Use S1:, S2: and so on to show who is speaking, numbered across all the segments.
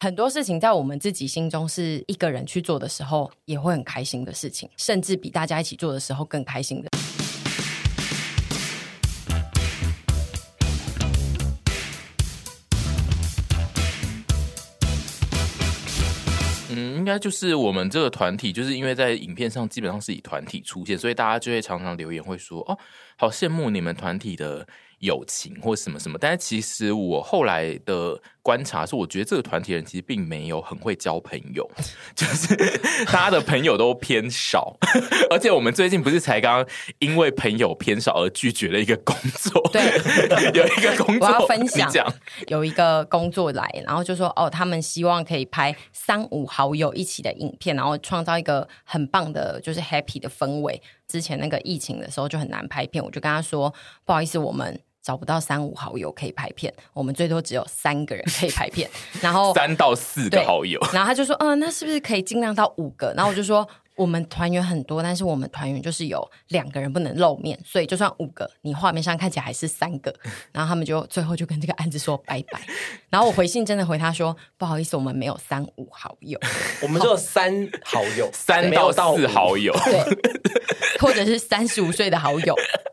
S1: 很多事情在我们自己心中是一个人去做的时候，也会很开心的事情，甚至比大家一起做的时候更开心的。
S2: 嗯，应该就是我们这个团体，就是因为在影片上基本上是以团体出现，所以大家就会常常留言会说：“哦，好羡慕你们团体的友情或什么什么。”但是其实我后来的观察是，我觉得这个团体人其实并没有很会交朋友，就是 大家的朋友都偏少，而且我们最近不是才刚因为朋友偏少而拒绝了一个工作，
S1: 对，
S2: 有一个工作
S1: 我要分享
S2: 你讲
S1: 有一个工作来，然后就说哦，他们希望可以拍三五好友一起的影片，然后创造一个很棒的，就是 happy 的氛围。之前那个疫情的时候就很难拍片，我就跟他说不好意思，我们。找不到三五好友可以拍片，我们最多只有三个人可以拍片。然后
S2: 三到四个
S1: 哦对
S2: 好友，
S1: 然后他就说，嗯、那是不是可以尽量到五个？然后我就说，我们团员很多，但是我们团员就是有两个人不能露面，所以就算五个，你画面上看起来还是三个。然后他们就最后就跟这个案子说拜拜。然后我回信真的回他说，不好意思，我们没有三五好友，
S3: 我们就有三好友，
S2: 三
S3: 没有
S2: 到四
S3: 五
S2: 好友。
S1: 对，或者是三十五岁的好友。其实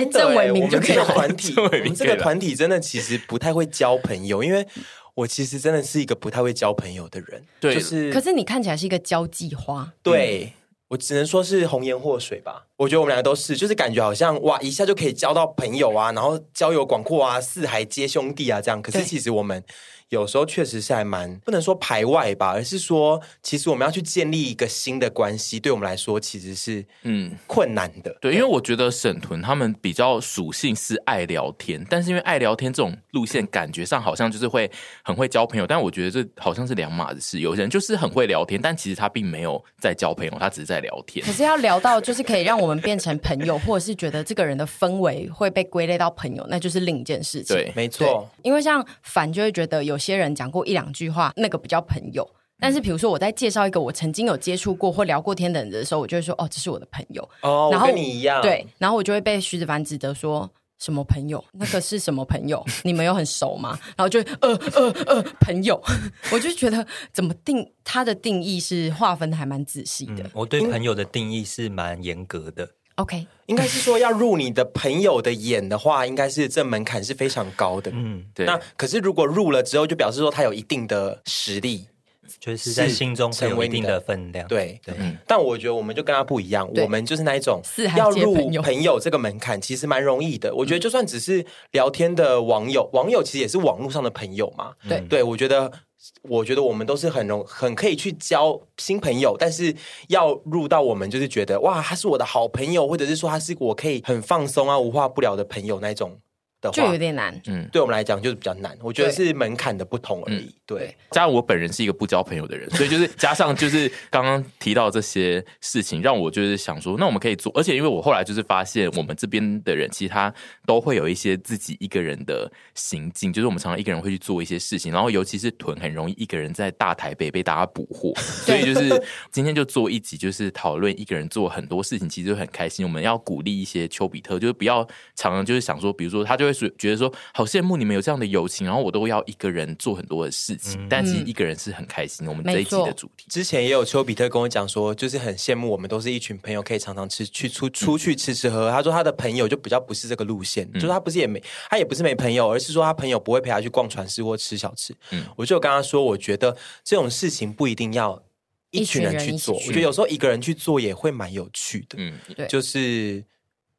S3: 真的
S1: 郑伟
S3: 欸
S1: 明就可以
S3: 我
S1: 来。
S3: 们这个团体，
S2: 郑伟
S3: 我
S2: 明
S3: 们这
S2: 可以
S3: 个
S2: 来
S3: 团体真的其实不太会交朋友，因为我其实真的是一个不太会交朋友的人，
S2: 对
S3: 就是
S1: 可是你看起来是一个交际花，
S3: 对。我只能说是红颜祸水吧。我觉得我们两个都是，就是感觉好像哇，一下就可以交到朋友啊，然后交友广阔啊，四海皆兄弟啊，这样。可是
S1: 对
S3: 其实我们有时候确实是还蛮不能说排外吧，而是说其实我们要去建立一个新的关系，对我们来说其实是
S2: 嗯
S3: 嗯困难的。
S2: 对，因为我觉得沈屯他们比较属性是爱聊天，但是因为爱聊天这种路线，感觉上好像就是会很会交朋友，但我觉得这好像是两码子事。有些人就是很会聊天，但其实他并没有在交朋友，他只是在聊天
S1: 可。是要聊到就是可以让我们变成朋友，或者是觉得这个人的氛围会被归类到朋友，那就是另一件事情。
S2: 对，
S3: 没错，
S1: 因为像凡就会觉得有些人讲过一两句话，那个比较朋友。但是比如说我在介绍一个我曾经有接触过或聊过天的人的时候，我就会说哦，这是我的朋友。
S3: 哦，
S1: 然后
S3: 我跟你一样，
S1: 对，然后我就会被徐子凡指责说。什么朋友？那个是什么朋友？ 你们有很熟吗？然后就会呃呃呃朋友， 我就觉得怎么定他的定义是划分的还蛮仔细的。
S4: 嗯，我对朋友的定义是蛮严格的。
S1: OK，
S3: 应该是说要入你的朋友的眼的话，应该是这门槛是非常高的。
S4: 嗯，
S2: 对，
S3: 那可是如果入了之后，就表示说他有一定的实力。
S4: 就是在
S3: 是
S4: 心中会
S3: 成
S4: 有
S3: 为
S4: 一定
S3: 你的
S4: 的分量。
S3: 对嗯
S4: 对，
S3: 但我觉得我们就跟他不一样，
S1: 对
S3: 我们就是那一种
S1: 四海
S3: 要
S1: 皆
S3: 入
S1: 朋友
S3: 朋友这个门槛，其实蛮容易的。我觉得就算只是聊天的网友，网友其实也是网络上的朋友嘛。
S1: 对
S3: 对，我觉得，我觉得我们都是很容很可以去交新朋友，但是要入到我们就是觉得哇，他是我的好朋友，或者是说他是我可以很放松啊、无话不聊的朋友那一种的
S1: 就
S3: 话
S1: 有，点难。
S2: 嗯，
S3: 对我们来讲就是比较难。我觉得是门槛的不同而
S1: 嗯
S3: 已。对，
S2: 加上我本人是一个不交朋友的人，所以就是加上就是刚刚提到这些事情，让我就是想说，那我们可以做，而且因为我后来就是发现，我们这边的人其实他都会有一些自己一个人的行径，就是我们常常一个人会去做一些事情，然后尤其是屯很容易一个人在大台北被大家捕 获，所以
S1: 嗯
S2: 就是今天就做一集，就是讨论一个人做很多事情，其实就很开心。我们要鼓励一些丘比特，就是不要常常就是想说，比如说他就会说觉得说好羡慕你们有这样的友情，然后我都要一个人做很多的
S1: 嗯
S2: 事情，但其实一个人是很开心的。我们这
S1: 没
S2: 一集
S1: 错
S2: 的主题，
S3: 之前也有丘比特跟我讲说，就是很羡慕我们都是一群朋友，可以常常吃去出出去吃吃喝喝。他说他的朋友就比较不是这个路线，就是他不是也没他也不是没朋友，而是说他朋友不会陪他去逛船市或吃小吃。我就有跟他说，我觉得这种事情不一定要一群人去做，
S1: 一群人一起去
S3: 我觉得有时候一个人去做也会蛮有趣的，
S2: 嗯。
S1: 对
S3: 就是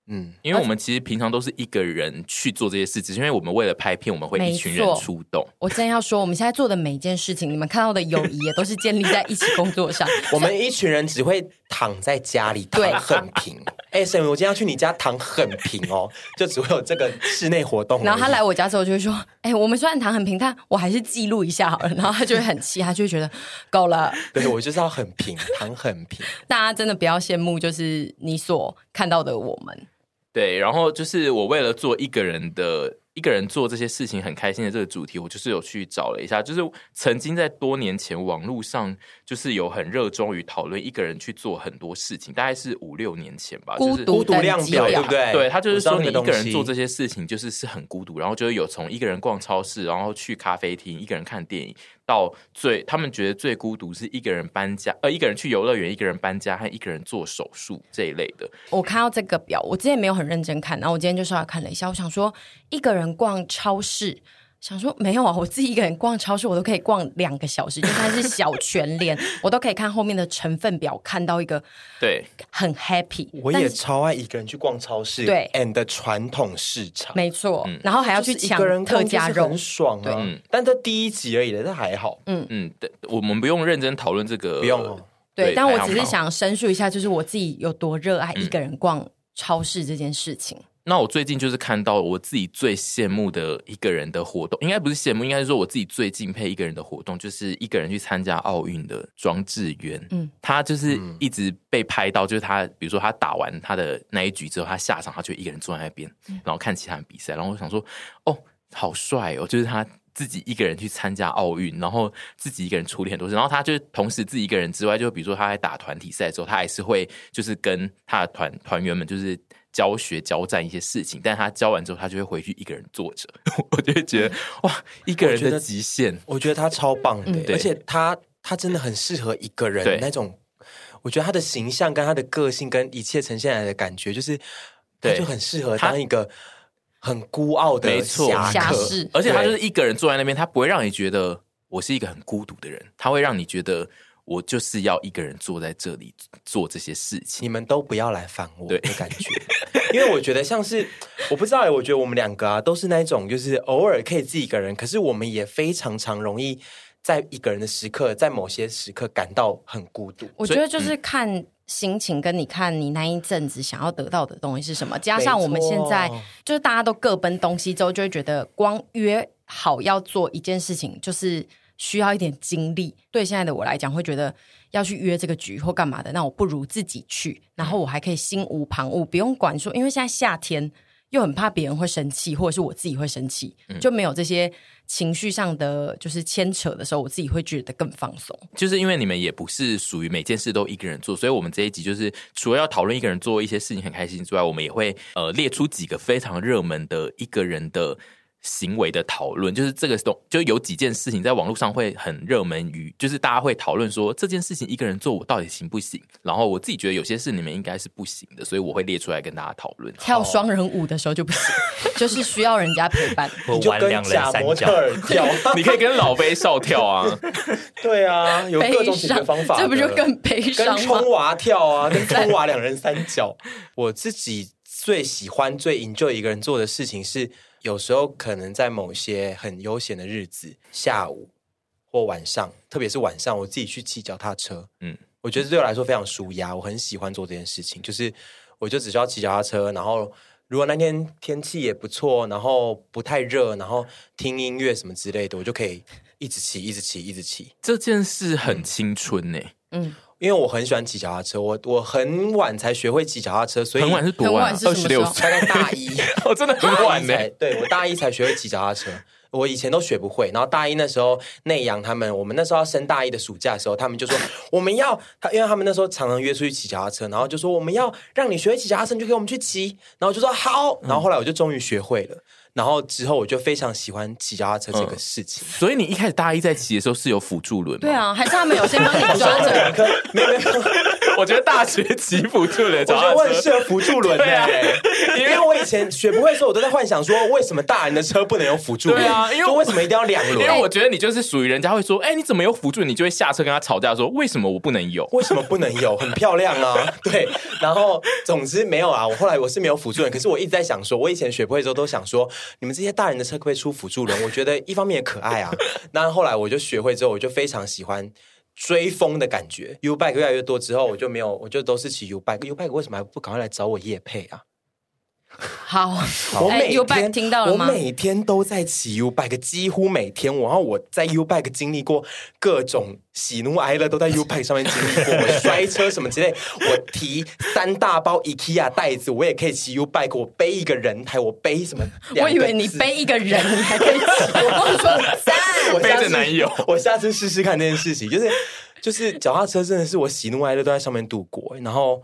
S3: 嗯。
S2: 因为我们其实平常都是一个人去做这些事，只是因为我们为了拍片，我们会一群人
S1: 没错
S2: 出动。
S1: 我真要说，我们现在做的每一件事情，你们看到的友谊也都是建立在一起工作 上。
S3: 我们一群人只会躺在家里
S1: 对
S3: 躺很 平，哎、沈，我今天要去你家躺很平哦，就只会有这个室内活动而已。
S1: 然后他来我家之后就会说：“哎、我们虽然谈很平，但我还是记录一下好了。”然后他就会很气，他就会觉得够了。
S3: 对我就是要很平，躺很平。
S1: 大家真的不要羡慕，就是你所看到的我们。
S2: 对，然后就是我为了做一个人的一个人做这些事情很开心的这个主题，我就是有去找了一下，就是曾经在多年前网络上就是有很热衷于讨论一个人去做很多事情，大概是五六年前吧，就是
S1: 孤独
S3: 孤独
S1: 等
S3: 量
S1: 级
S3: 表
S1: 表
S3: 对不对？
S2: 对他就是说，你一
S3: 我知道那
S2: 个
S3: 东
S2: 人
S3: 西
S2: 做这些事情就是是很孤独，然后就是有从一个人逛超市，然后去咖啡厅，一个人看电影到最，他们觉得最孤独是一个人搬家，呃，一个人去游乐园，一个人搬家和一个人做手术这一类的。
S1: 我看到这个表，我之前没有很认真看，然后我今天就稍微看了一下，我想说一个人逛超市。想说没有啊，我自己一个人逛超市，我都可以逛两个小时，就算是小全联，我都可以看后面的成分表，看到一个
S2: 对，
S1: 很 happy。
S3: 我
S1: 但
S3: 也
S1: 是
S3: 超爱一个人去逛超市，
S1: 对
S3: ，and 传统市场，
S1: 没错，然后还要去
S3: 就是一
S1: 抢
S3: 个人
S1: 特
S3: 逛
S1: 价
S3: 就是
S1: 肉
S3: 很，爽
S1: 对
S3: 啊。但这第一集而已的，这还好，
S2: 嗯，对我们不用认真讨论这个，
S3: 不用哦
S1: 对，但我只是
S2: 排行榜
S1: 想申述一下，就是我自己有多热爱一个人逛超市这件事情。
S2: 那我最近就是看到我自己最羡慕的一个人的活动，应该不是羡慕，应该是说我自己最敬佩一个人的活动，就是一个人去参加奥运的庄智渊。嗯
S1: 嗯，
S2: 他就是一直被拍到，就是他，比如说他打完他的那一局之后，他下场，他就一个人坐在那边，
S1: 嗯
S2: 然后看其他人比赛，然后我想说，哦，好帅哦，就是他。自己一个人去参加奥运，然后自己一个人处理很多事，然后他就是同时自己一个人之外，就比如说他在打团体赛的时候，他还是会就是跟他的团团员们就是教学交战一些事情，但他教完之后，他就会回去一个人坐着， 我就会觉得哇，一个人
S3: 嗯我觉
S2: 的
S3: 得
S2: 极限，
S3: 我觉得他超棒
S1: 嗯
S3: 的，欸
S2: 对
S3: 而且他他真的很适合一个
S2: 对
S3: 人那种。我觉得他的形象跟他的个性跟一切呈现来的感觉，就是他
S2: 对
S3: 就很适合
S2: 他
S3: 当一个很孤傲的
S2: 没错
S1: 侠
S3: 侠客
S1: 士
S2: 而且他就是
S3: 对
S2: 一个人坐在那边，他不会让你觉得我是一个很孤独的人，他会让你觉得我就是要一个人坐在这里做这些事情。
S3: 你们都不要来烦我
S2: 对
S3: 的感觉， 因为我觉得像是我不知道哎、我觉得我们两个啊都是那一种，就是偶尔可以自己一个人，可是我们也非常常容易在一个人的时刻，在某些时刻感到很孤独。
S1: 我觉得就是看心情，跟你看你那一阵子想要得到的东西是什么，加上我们现在就是大家都各奔东西之后，就会觉得光约好要做一件事情，就是需要一点精力。对现在的我来讲，会觉得要去约这个局或干嘛的，那我不如自己去，然后我还可以心无旁骛，不用管说，因为现在夏天。又很怕别人会生气，或者是我自己会生气，就没有这些情绪上的就是牵扯的时候，我自己会觉得更放松。
S2: 就是因为你们也不是属于每件事都一个人做，所以我们这一集就是除了要讨论一个人做一些事情很开心之外，我们也会呃列出几个非常热门的一个人的。行为的讨论，就是这个东，就有几件事情在网络上会很热门于，就是大家会讨论说这件事情一个人做我到底行不行？然后我自己觉得有些事你们应该是不行的，所以我会列出来跟大家讨论。
S1: 跳双人舞的时候就不行，
S3: 哦
S1: 就是需要人家陪伴。
S4: 我
S3: 你就
S4: 玩
S3: 跟
S4: 两
S3: 假
S4: 人
S3: 模
S4: 三
S3: 特
S4: 角，
S3: 儿跳，
S2: 你可以跟老杯少跳啊，
S3: 对啊， 有各
S1: 悲
S3: 种解决
S1: 伤，
S3: 方法的，
S1: 这不就更悲
S3: 跟
S1: 伤吗
S3: 冲？娃跳啊，跟冲娃两人三角。我自己最喜欢、最 enjoy 一个人做的事情是，有时候可能在某些很悠闲的日子，下午或晚上，特别是晚上，我自己去骑脚踏车。
S2: 嗯
S3: 嗯，我觉得对我来说非常舒压，我很喜欢做这件事情。就是我就只需要骑脚踏车，然后如果那天天气也不错，然后不太热，然后听音乐什么之类的，我就可以一直骑、一直骑、一直骑。
S2: 这件事很青春呢、
S1: 嗯，
S3: 因为我很喜欢骑脚踏车，我我很晚才学会骑脚踏车，所以
S2: 很晚是多晚、啊？二
S1: 很晚是什
S2: 十
S1: 么时
S2: 六
S1: 候
S2: 岁，
S3: 大概大一，
S2: 哦，真的很晚呢、
S3: 才对我大一才学会骑脚踏车。我以前都学不会，然后大一那时候内阳他们，我们那时候要升大一的暑假的时候，他们就说我们要，他因为他们那时候常常约出去骑脚踏车，然后就说我们要让你学会骑脚踏车，你就给我们去骑，然后就说好，
S2: 嗯
S3: 然后后来我就终于学会了，然后之后我就非常喜欢骑脚踏车这个事 情。
S2: 所以你一开始大一在骑的时候是有辅助轮吗？
S1: 对，啊，还是他们有先帮 你抓着，
S3: 没有没有，
S2: 我觉得大学骑辅助 轮
S3: 我
S2: 脚
S3: 觉得我很
S2: 踏
S3: 适
S2: 车，
S3: 合辅助轮呢、
S2: 对 啊
S3: 因为我以前学不会的时候，我都在幻想说，为什么大人的车不能有辅助轮？
S2: 对啊因为
S3: 就为什么一定要两
S2: 因为
S3: 轮？
S2: 我觉得你就是属于人家会说，哎、你怎么有辅助？你就会下车跟他吵架说，为什么我不能有？
S3: 为什么不能有？很漂亮啊， 对。然后总之没有啊，我后来我是没有辅助轮，可是我一直在想说，我以前学不会的时候都想说，你们这些大人的车可不可以出辅助轮？我觉得一方面也可 爱啊。那后来我就学会之后，我就非常喜欢。追风的感觉，U bike 越来越多之后，我就没有，我就都是骑 U bike。U bike 为什么还不赶快来找我夜配啊？
S1: 好，
S3: 我
S1: 哎
S3: 每
S1: ，U bike
S3: 天
S1: 听到了吗
S3: 我？每天都在骑 U bike，几乎每天。然后我在 U bike 经历过各种喜怒哀乐，都在 U bike 上面经历过。我摔车什么之类，我提三大包 IKEA 袋子，我也可以骑 U bike。我背一个人台，我背什么？
S1: 我以为
S3: 两个
S1: 你
S3: 字
S1: 背一个人，你还可 以骑，我说赞。
S3: 我下
S2: 背
S3: 次
S2: 着男友
S3: 我下次试试看这件事情，就是就是脚踏车真的是我喜怒哀乐都在上面度过，然后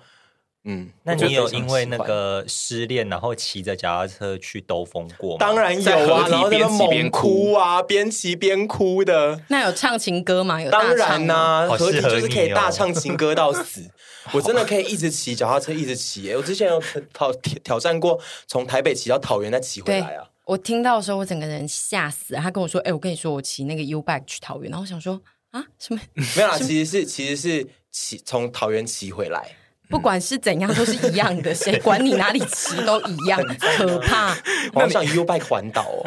S3: 嗯，
S4: 那
S3: 我
S4: 你
S3: 觉得
S4: 有
S3: 非常
S4: 因为
S3: 喜
S4: 那
S3: 欢
S4: 个失恋，然后骑着脚踏车去兜风过吗？
S3: 当然有
S2: 在河
S3: 啊，
S2: 堤
S3: 然后在那
S2: 边骑
S3: 猛
S2: 边
S3: 哭啊，边骑边哭的。
S1: 那有唱情歌吗？有大
S3: 当
S1: 唱
S3: 然啊
S1: 吗
S3: 啦、
S4: 好
S3: 合体
S4: 适合
S3: 就是可以
S4: 你哦
S3: 大唱情歌到 死。我真的可以一直骑脚踏车，一直骑、我之前有挑挑挑战过，从台北骑到桃园，再骑回
S1: 对
S3: 来啊。
S1: 我听到的时候，我整个人吓死了。他跟我说：“哎、我跟你说，我骑那个 U bike 去桃园。”然后我想说：“啊， 什么？
S3: 没有啦，其实是其实是骑从桃园骑回来。
S1: 不管是怎样，都是一样的，谁管你哪里骑都一 样，可怕。
S3: 我好想 U bike 环岛哦。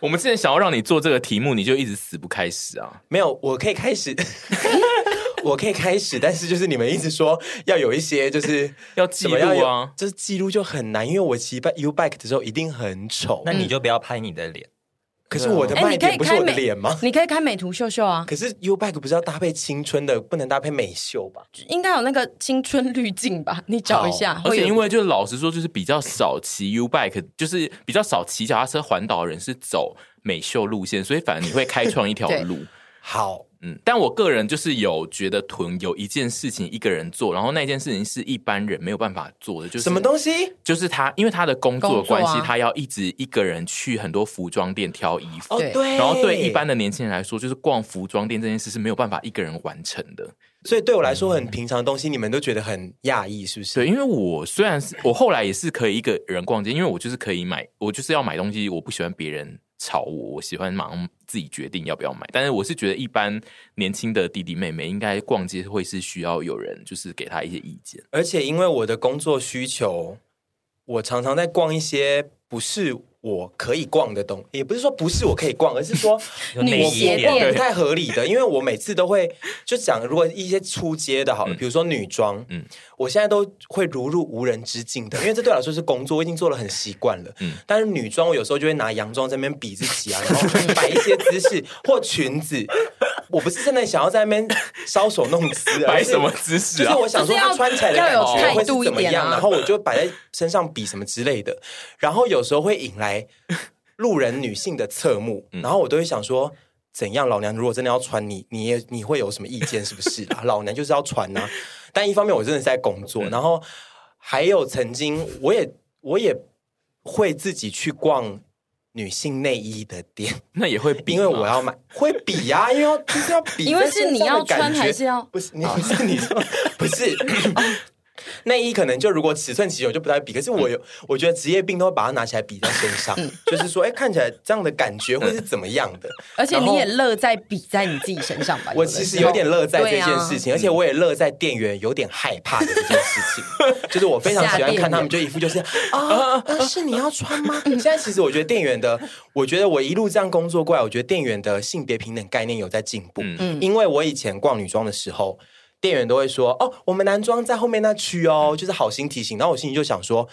S2: 我们之前想要让你做这个题目，你就一直死不开始啊！
S3: 没有，我可以开始，我可以开始，但是就是你们一直说要有一些就是
S2: 要记录啊
S3: 什么要有就是记录就很难，因为我骑 U bike 的时候一定很丑。
S4: 那你就不要拍你的脸。
S3: 可是我的
S1: 哎、
S3: 卖
S1: 你可
S3: 点
S1: 以
S3: 不是
S1: 开
S3: 我的
S1: 美
S3: 脸吗？
S1: 你可以开美图秀秀啊，
S3: 可是 U bike 不是要搭配青春的，不能搭配美秀吧？
S1: 应该有那个青春滤镜吧？你找一下。
S3: 哦
S2: 而
S1: 会有
S2: 且因为就是老实说，就是比较少骑 U bike，就是比较少骑脚踏车环岛的人是走美秀路线，所以反而你会开创一 条
S1: 对
S2: 路。
S3: 好，
S2: 嗯，但我个人就是有觉得囤有一件事情一个人做，然后那件事情是一般人没有办法做的，就是
S3: 什么东西？
S2: 就是他，因为他的工作的关系，
S1: 工作啊
S2: 他要一直一个人去很多服装店挑衣服。
S3: 哦，
S1: 对
S3: 对，
S2: 然后对一般，的年轻人来说，就是逛服装店这件事是没有办法一个人完成的。
S3: 所以对我来说很平常的东西，你们都觉得很讶异，是不是？
S2: 对，因为我虽然是我后来也是可以一个人逛街，因为我就是可以买，我就是要买东西，我不喜欢别人吵我，我喜欢马上自己决定要不要买。但是我是觉得一般年轻的弟弟妹妹应该逛街会是需要有人就是给他一些意见。
S3: 而且因为我的工作需求，我常常在逛一些不是我可以逛的东也不是说不是我可以逛，而是 说
S4: 有
S1: 女
S4: 内衣
S1: 鞋
S4: 店
S3: 我逛
S1: 店，
S3: 不太合理的，因为我每次都会就讲，如果一些出街的好了，比如说女装，
S2: 嗯
S3: 嗯，我现在都会如入无人之境的，因为这对我来说是工作，我已经做了很习惯了。
S2: 嗯
S3: 嗯，但是女装我有时候就会拿洋装在那边比自己啊，然后摆一些姿势或裙子，我不是真的想要在那边搔首弄姿，
S2: 摆
S3: 而是
S2: 什么姿势
S3: 就
S2: 啊
S3: 是？我想说，
S1: 就是要
S3: 它穿起来的感
S1: 要有
S3: 觉会
S1: 态
S3: 是
S1: 度
S3: 怎么
S1: 一点
S3: 样，
S1: 啊
S3: 然后我就摆在身上比什么之类的，然后有时候会引来路人女性的侧目，然后我都会想说。怎样，老娘如果真的要穿你，你也你会有什么意见是不是啦？老娘就是要穿呐、但一方面我真的是在工作，然后还有曾经我也我也会自己去逛女性内衣的店，
S2: 那也会比
S3: 因为
S2: 吗
S3: 我要买，会比呀、因为要就是要比，
S1: 因为是你要穿还是要
S3: 不是你不是你说不是。内衣可能就如果尺寸尺有就不太比，可是我有，我觉得职业病都会把它拿起来比在身上，就是说，哎、看起来这样的感觉会是怎么样的？
S1: 而且
S3: 然后
S1: 你也乐在比在你自己身上吧。
S3: 我
S1: 的
S3: 其
S1: 时
S3: 实
S1: 候
S3: 有点乐在这
S1: 对
S3: 件
S1: 啊
S3: 事情，而且我也乐在店员有点害怕的这件事 情。就是我非常喜欢看他们，就一副就是啊，啊是你要穿吗？现在其实我觉得店员的，我觉得我一路这样工作过来，我觉得店员的性别平等概念有在进步。
S2: 嗯
S3: 因为我以前逛女装的时候。店员都会说：“哦，我们男装在后面那区哦，就是好心提醒。”然后我心里就想说：“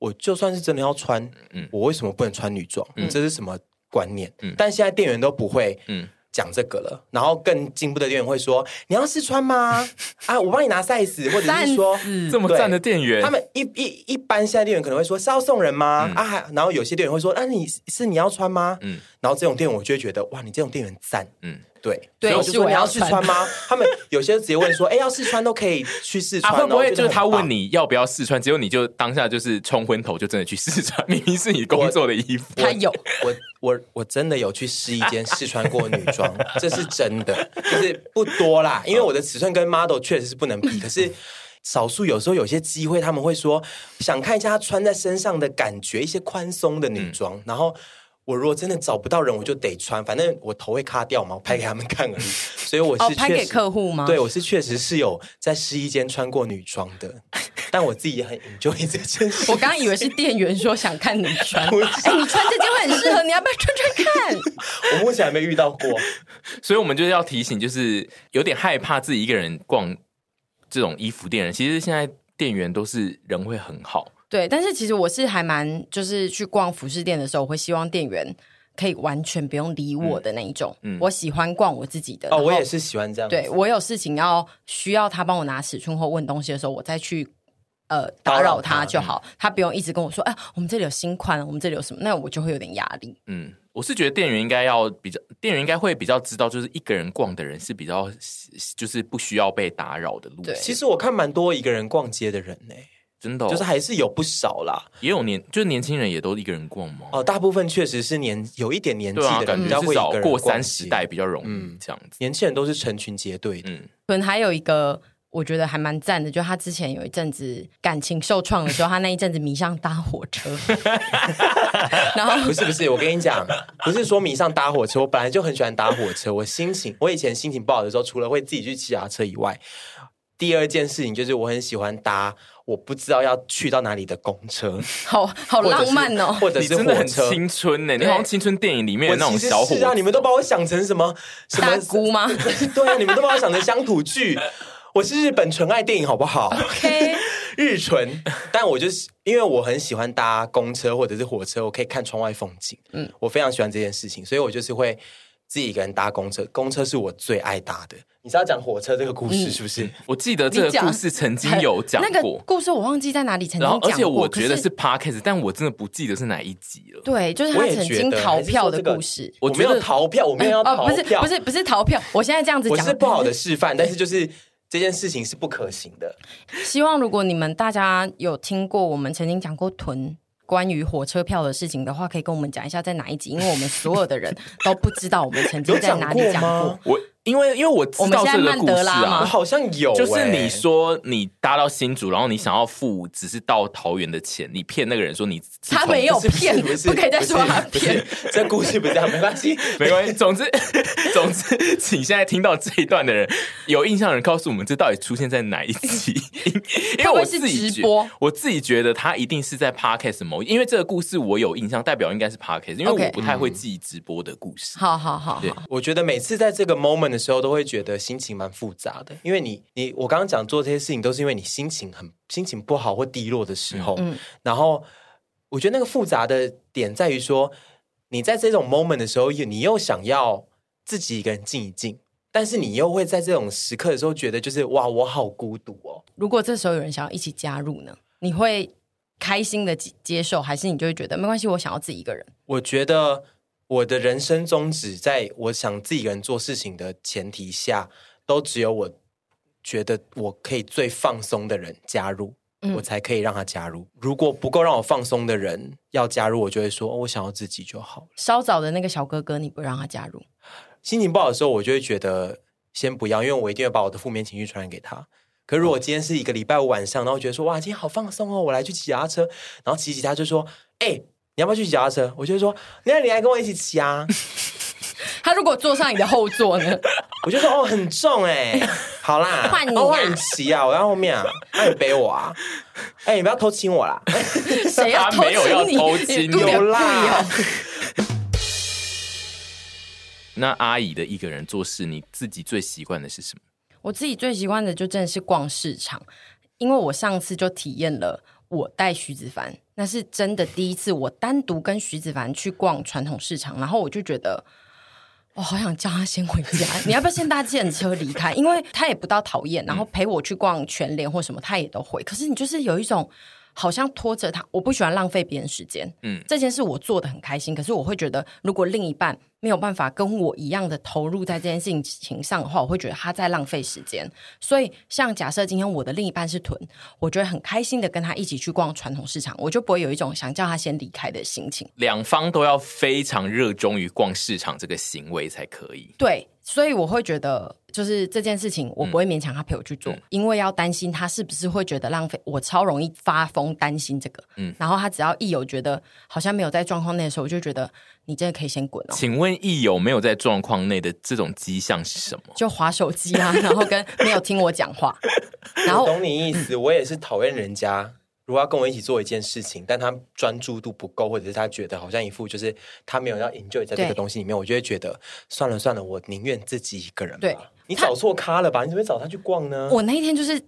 S3: 我就算是真的要穿，
S2: 嗯
S3: 我为什么不能穿女装？这是什么观念？”
S2: 嗯
S3: 但现在店员都不会，
S2: 嗯
S3: 讲这个了，然后更进步的店员会说：“你要试穿吗？啊，我帮你拿 size，或者
S1: 赞
S3: 是说，
S1: 死
S2: 这么
S3: 对
S2: 赞的店员，
S3: 他们一一一般现在店员可能会说是要送人吗？
S2: 嗯
S3: 啊，还然后有些店员会说：啊，你是你要穿吗？
S2: 嗯
S3: 嗯，然后这种店员我就会觉得哇，你这种店员赞，
S2: 嗯。
S3: 对，
S1: 对
S3: 所以我就是说
S1: 我
S3: 你
S1: 要
S3: 要试 穿吗？他们有些直接问说：哎，要试穿都可以去试
S2: 啊，
S3: 穿哦，
S2: 会不会就是他问
S3: 你？
S2: 你要不要试穿，结果你就当下就是冲昏头，就真的去试穿，明明是你工作的衣服。
S1: 他有
S3: 我我我真的有去试衣间试穿过女装，这是真的，就是不多啦，因为我的尺寸跟 model 确实是不能比，可是。少数有时候有些机会，他们会说想看一下她穿在身上的感觉，一些宽松的女装。然后我如果真的找不到人，我就得穿，反正我头会卡掉嘛，我拍给他们看而已。所以我
S1: 哦
S3: 是，
S1: 拍
S3: 确
S1: 给
S3: 实
S1: 客户吗？
S3: 对，我是确实是有在试衣间穿过女装的，但我自己也很 enjoy 这件 事。
S1: 我刚刚以为是店员说想看你穿， 哎、
S3: 不是
S1: 你穿这件会很适合，你要不要穿穿看？
S3: 我目前还没遇到 过。
S2: 所以我们就是要提醒，就是有点害怕自己一个人逛这种衣服店人。其实现在店员都是人会很好，
S1: 对，但是其实我是还蛮，就是去逛服饰店的时候，我会希望店员可以完全不用理我的那一种。
S2: 嗯嗯
S1: 我喜欢逛我自己的。
S3: 哦，我也
S1: 是。
S3: 是喜欢这样子。
S1: 对我有事情要需要他帮我拿尺寸或问东西的时候，我再去。呃，打
S3: 打扰
S1: 扰他
S3: 他嗯
S1: 啊就好，他不用一直跟我说，哎、我们这里有新款，我们这里有什么，那我就会有点压力。
S2: 嗯，我是觉得店员应该要比较，店员应该会比较知道，就是一个人逛的人是比较就是不需要被打扰的路线。
S1: 对
S3: 其实我看蛮多一个人逛街的人呢、
S2: 真的哦、
S3: 就是还是有不少啦。
S2: 也有年，就是年轻人也都一个人逛吗？
S3: 哦，大部分确实是年有一点年纪
S2: 对啊，
S3: 的
S2: 感
S3: 人，比
S2: 觉
S3: 较
S2: 至
S3: 会一
S2: 少
S3: 个人
S2: 过
S3: 逛
S2: 三十
S3: 街
S2: 代，比较容易
S3: 嗯
S2: 这样子。
S3: 年轻人都是成群结队的。
S2: 嗯，
S1: 可能还有一个。我觉得还蛮赞的，就他之前有一阵子感情受创的时候，他那一阵子迷上搭火车，然后
S3: 不是不是，我跟你讲，不是说迷上搭火车，我 本来就很喜欢搭火车。我心情，我以前心情不好的时候，除了会自己去骑脚踏车以外，第二件事情就是我很喜欢搭我不知道要去到哪里的公车，
S1: 好好
S3: 或者
S1: 浪
S3: 是
S1: 漫哦。
S3: 或者
S2: 你
S3: 是
S2: 真的
S3: 火
S2: 很
S3: 车。
S2: 青春呢、欸你好像青春电影里面的那种
S3: 我其实
S2: 小伙
S3: 是啊，你们都把我想成什么什么
S1: 大姑吗
S3: 对啊，你们都把我想成乡土剧。我是日本纯爱电影，好 不好？
S1: ？OK，
S3: 日纯，但我就是因为我很喜欢搭公车或者是火车，我可以看窗外风景。嗯，我非常喜欢这件事情，所以我就是会自己一个人搭公车。公车是我最爱搭的。你是要讲火车这个故
S1: 嗯
S3: 事是不是？
S2: 我记得这
S1: 你
S2: 个
S1: 讲
S2: 故事曾经有讲
S1: 那个
S2: 过，
S1: 故事，我忘记在哪里曾经
S2: 然
S1: 讲
S2: 后
S1: 过。
S2: 而且我觉得
S1: 可
S2: 是 podcast，但我真的不记得是哪一集了。
S1: 对，就是他
S3: 我也
S1: 曾
S3: 觉
S1: 经
S3: 得
S1: 逃
S3: 还是
S1: 票
S3: 说
S1: 的
S3: 这个
S1: 故事。
S2: 我
S3: 我
S2: 觉
S3: 没
S2: 得
S3: 有逃票，我没有要逃
S1: 哦，不是
S3: 票，
S1: 不是不是逃票，我现在这样子
S3: 我
S1: 讲
S3: 是 不好的示范，但是就是这件事情是不可行的。
S1: 希望如果你们大家有听过我们曾经讲过囤关于火车票的事情的话，可以跟我们讲一下在哪一集，因为我们所有的人都不知道我们曾经
S3: 有
S1: 在
S3: 讲
S1: 哪里
S3: 过
S1: 讲
S3: 吗
S1: 过。？
S2: 我因为因为我知
S1: 我们
S2: 道
S1: 现在
S2: 这个
S1: 曼
S2: 故事
S1: 德拉
S2: 啊
S1: 吗
S3: 我，好像有、欸，
S2: 就是你说你搭到新竹，然后你想要付只是到桃园的钱，你骗那个人说你自从
S1: 他没有
S3: 不是不
S1: 哦
S3: 是
S1: 骗，
S3: 不是
S1: 不可以再说他
S3: 不是
S1: 骗。
S3: 不是这故事不是这样，没 关系，
S2: 没关系。总之总之，请现在听到这一段的人有印象的人告诉我们，这到底出现在哪一集？因
S1: 会不
S2: 因为我
S1: 会
S2: 自
S1: 是
S2: 己
S1: 直
S2: 觉
S1: 播
S2: 我自己觉得他一定是在 podcast 某，因为这个故事我有印象，代表应该是 podcast，因为
S1: OK
S2: 我不太会记直播的故事。
S1: 好好好
S2: 对
S1: 好，
S3: 我觉得每次在这个 moment 的时候，都会觉得心情蛮复杂的，因为你你我刚刚讲做这些事情，都是因为你心情很心情不好或低落的时候。
S1: 嗯嗯
S3: 然后我觉得那个复杂的点在于说，你在这种 moment 的时候，你又想要自己一个人静一静，但是你又会在这种时刻的时候觉得，就是哇，我好孤独哦。
S1: 如果这时候有人想要一起加入呢，你会开心的接受，还是你就会觉得没关系，我想要自己一个人？
S3: 我觉得我的人生宗旨，在我想自己一个人做事情的前提下，都只有我觉得我可以最放松的人加入，
S1: 嗯
S3: 我才可以让他加入。如果不够让我放松的人要加入，我就会说、哦我想要自己就好了。
S1: 稍早的那个小哥哥，你不让他加入，
S3: 心情不好的时候，我就会觉得先不要，因为我一定会把我的负面情绪传染给他。可如果今天是一个礼拜五晚上，然后觉得说哇，今天好放松哦，我来去骑脚踏车，然后骑骑他就说，哎、你要不要去骑脚踏车？我就会说，那你来跟我一起骑啊。
S1: 他如果坐上你的后座 呢？
S3: 我就说哦，很重 哎、好啦，
S1: 换你啊
S3: 哦换你骑啊，我在后面啊，那你背我啊，哎、你不要偷亲 我啦，
S1: 谁要
S2: 他
S1: 偷
S2: 没有要
S1: 亲你？
S2: 偷亲
S1: 对
S3: 有
S1: 对
S3: 啦
S1: 哦，
S2: 那阿姨的一个人做事，你自己最习惯的是什么？
S1: 我自己最喜欢的就真的是逛市场，因为我上次就体验了我带徐子凡，那是真的第一次我单独跟徐子凡去逛传统市场，然后我就觉得。我好想叫他先回家，你要不要先搭计程车离开？因为他也不到讨厌，然后陪我去逛全联或什么，他也都会。可是你就是有一种好像拖着他，我不喜欢浪费别人时间。嗯
S2: 嗯，
S1: 这件事我做的很开心，可是我会觉得，如果另一半没有办法跟我一样的投入在这件事情上的话，我会觉得他在浪费时间。所以，像假设今天我的另一半是屯，我就会很开心的跟他一起去逛传统市场，我就不会有一种想叫他先离开的心情。
S2: 两方都要非常热衷于逛市场这个行为才可以。
S1: 对，所以我会觉得，就是这件事情，我不会勉强他陪我去做，因为要担心他是不是会觉得浪费。我超容易发疯，担心这个。嗯，然后他只要一有觉得好像没有在状况内的时候，我就觉得你真的可以先滚哦，
S2: 请问益友没有在状况内的这种迹象是什么？
S1: 就划手机啊，然后跟没有听我讲 话，然后
S3: 我懂你意思，我也是讨厌人家。如果要跟我一起做一件事情，但他专注度不够，或者是他觉得好像一副就是他没有要 enjoy 在这
S1: 对
S3: 个东西里面，我就会觉得算了算了，我宁愿自己一个人吧。
S1: 对
S3: 你找错咖了吧？你怎么会找他去逛呢？
S1: 我那一天就是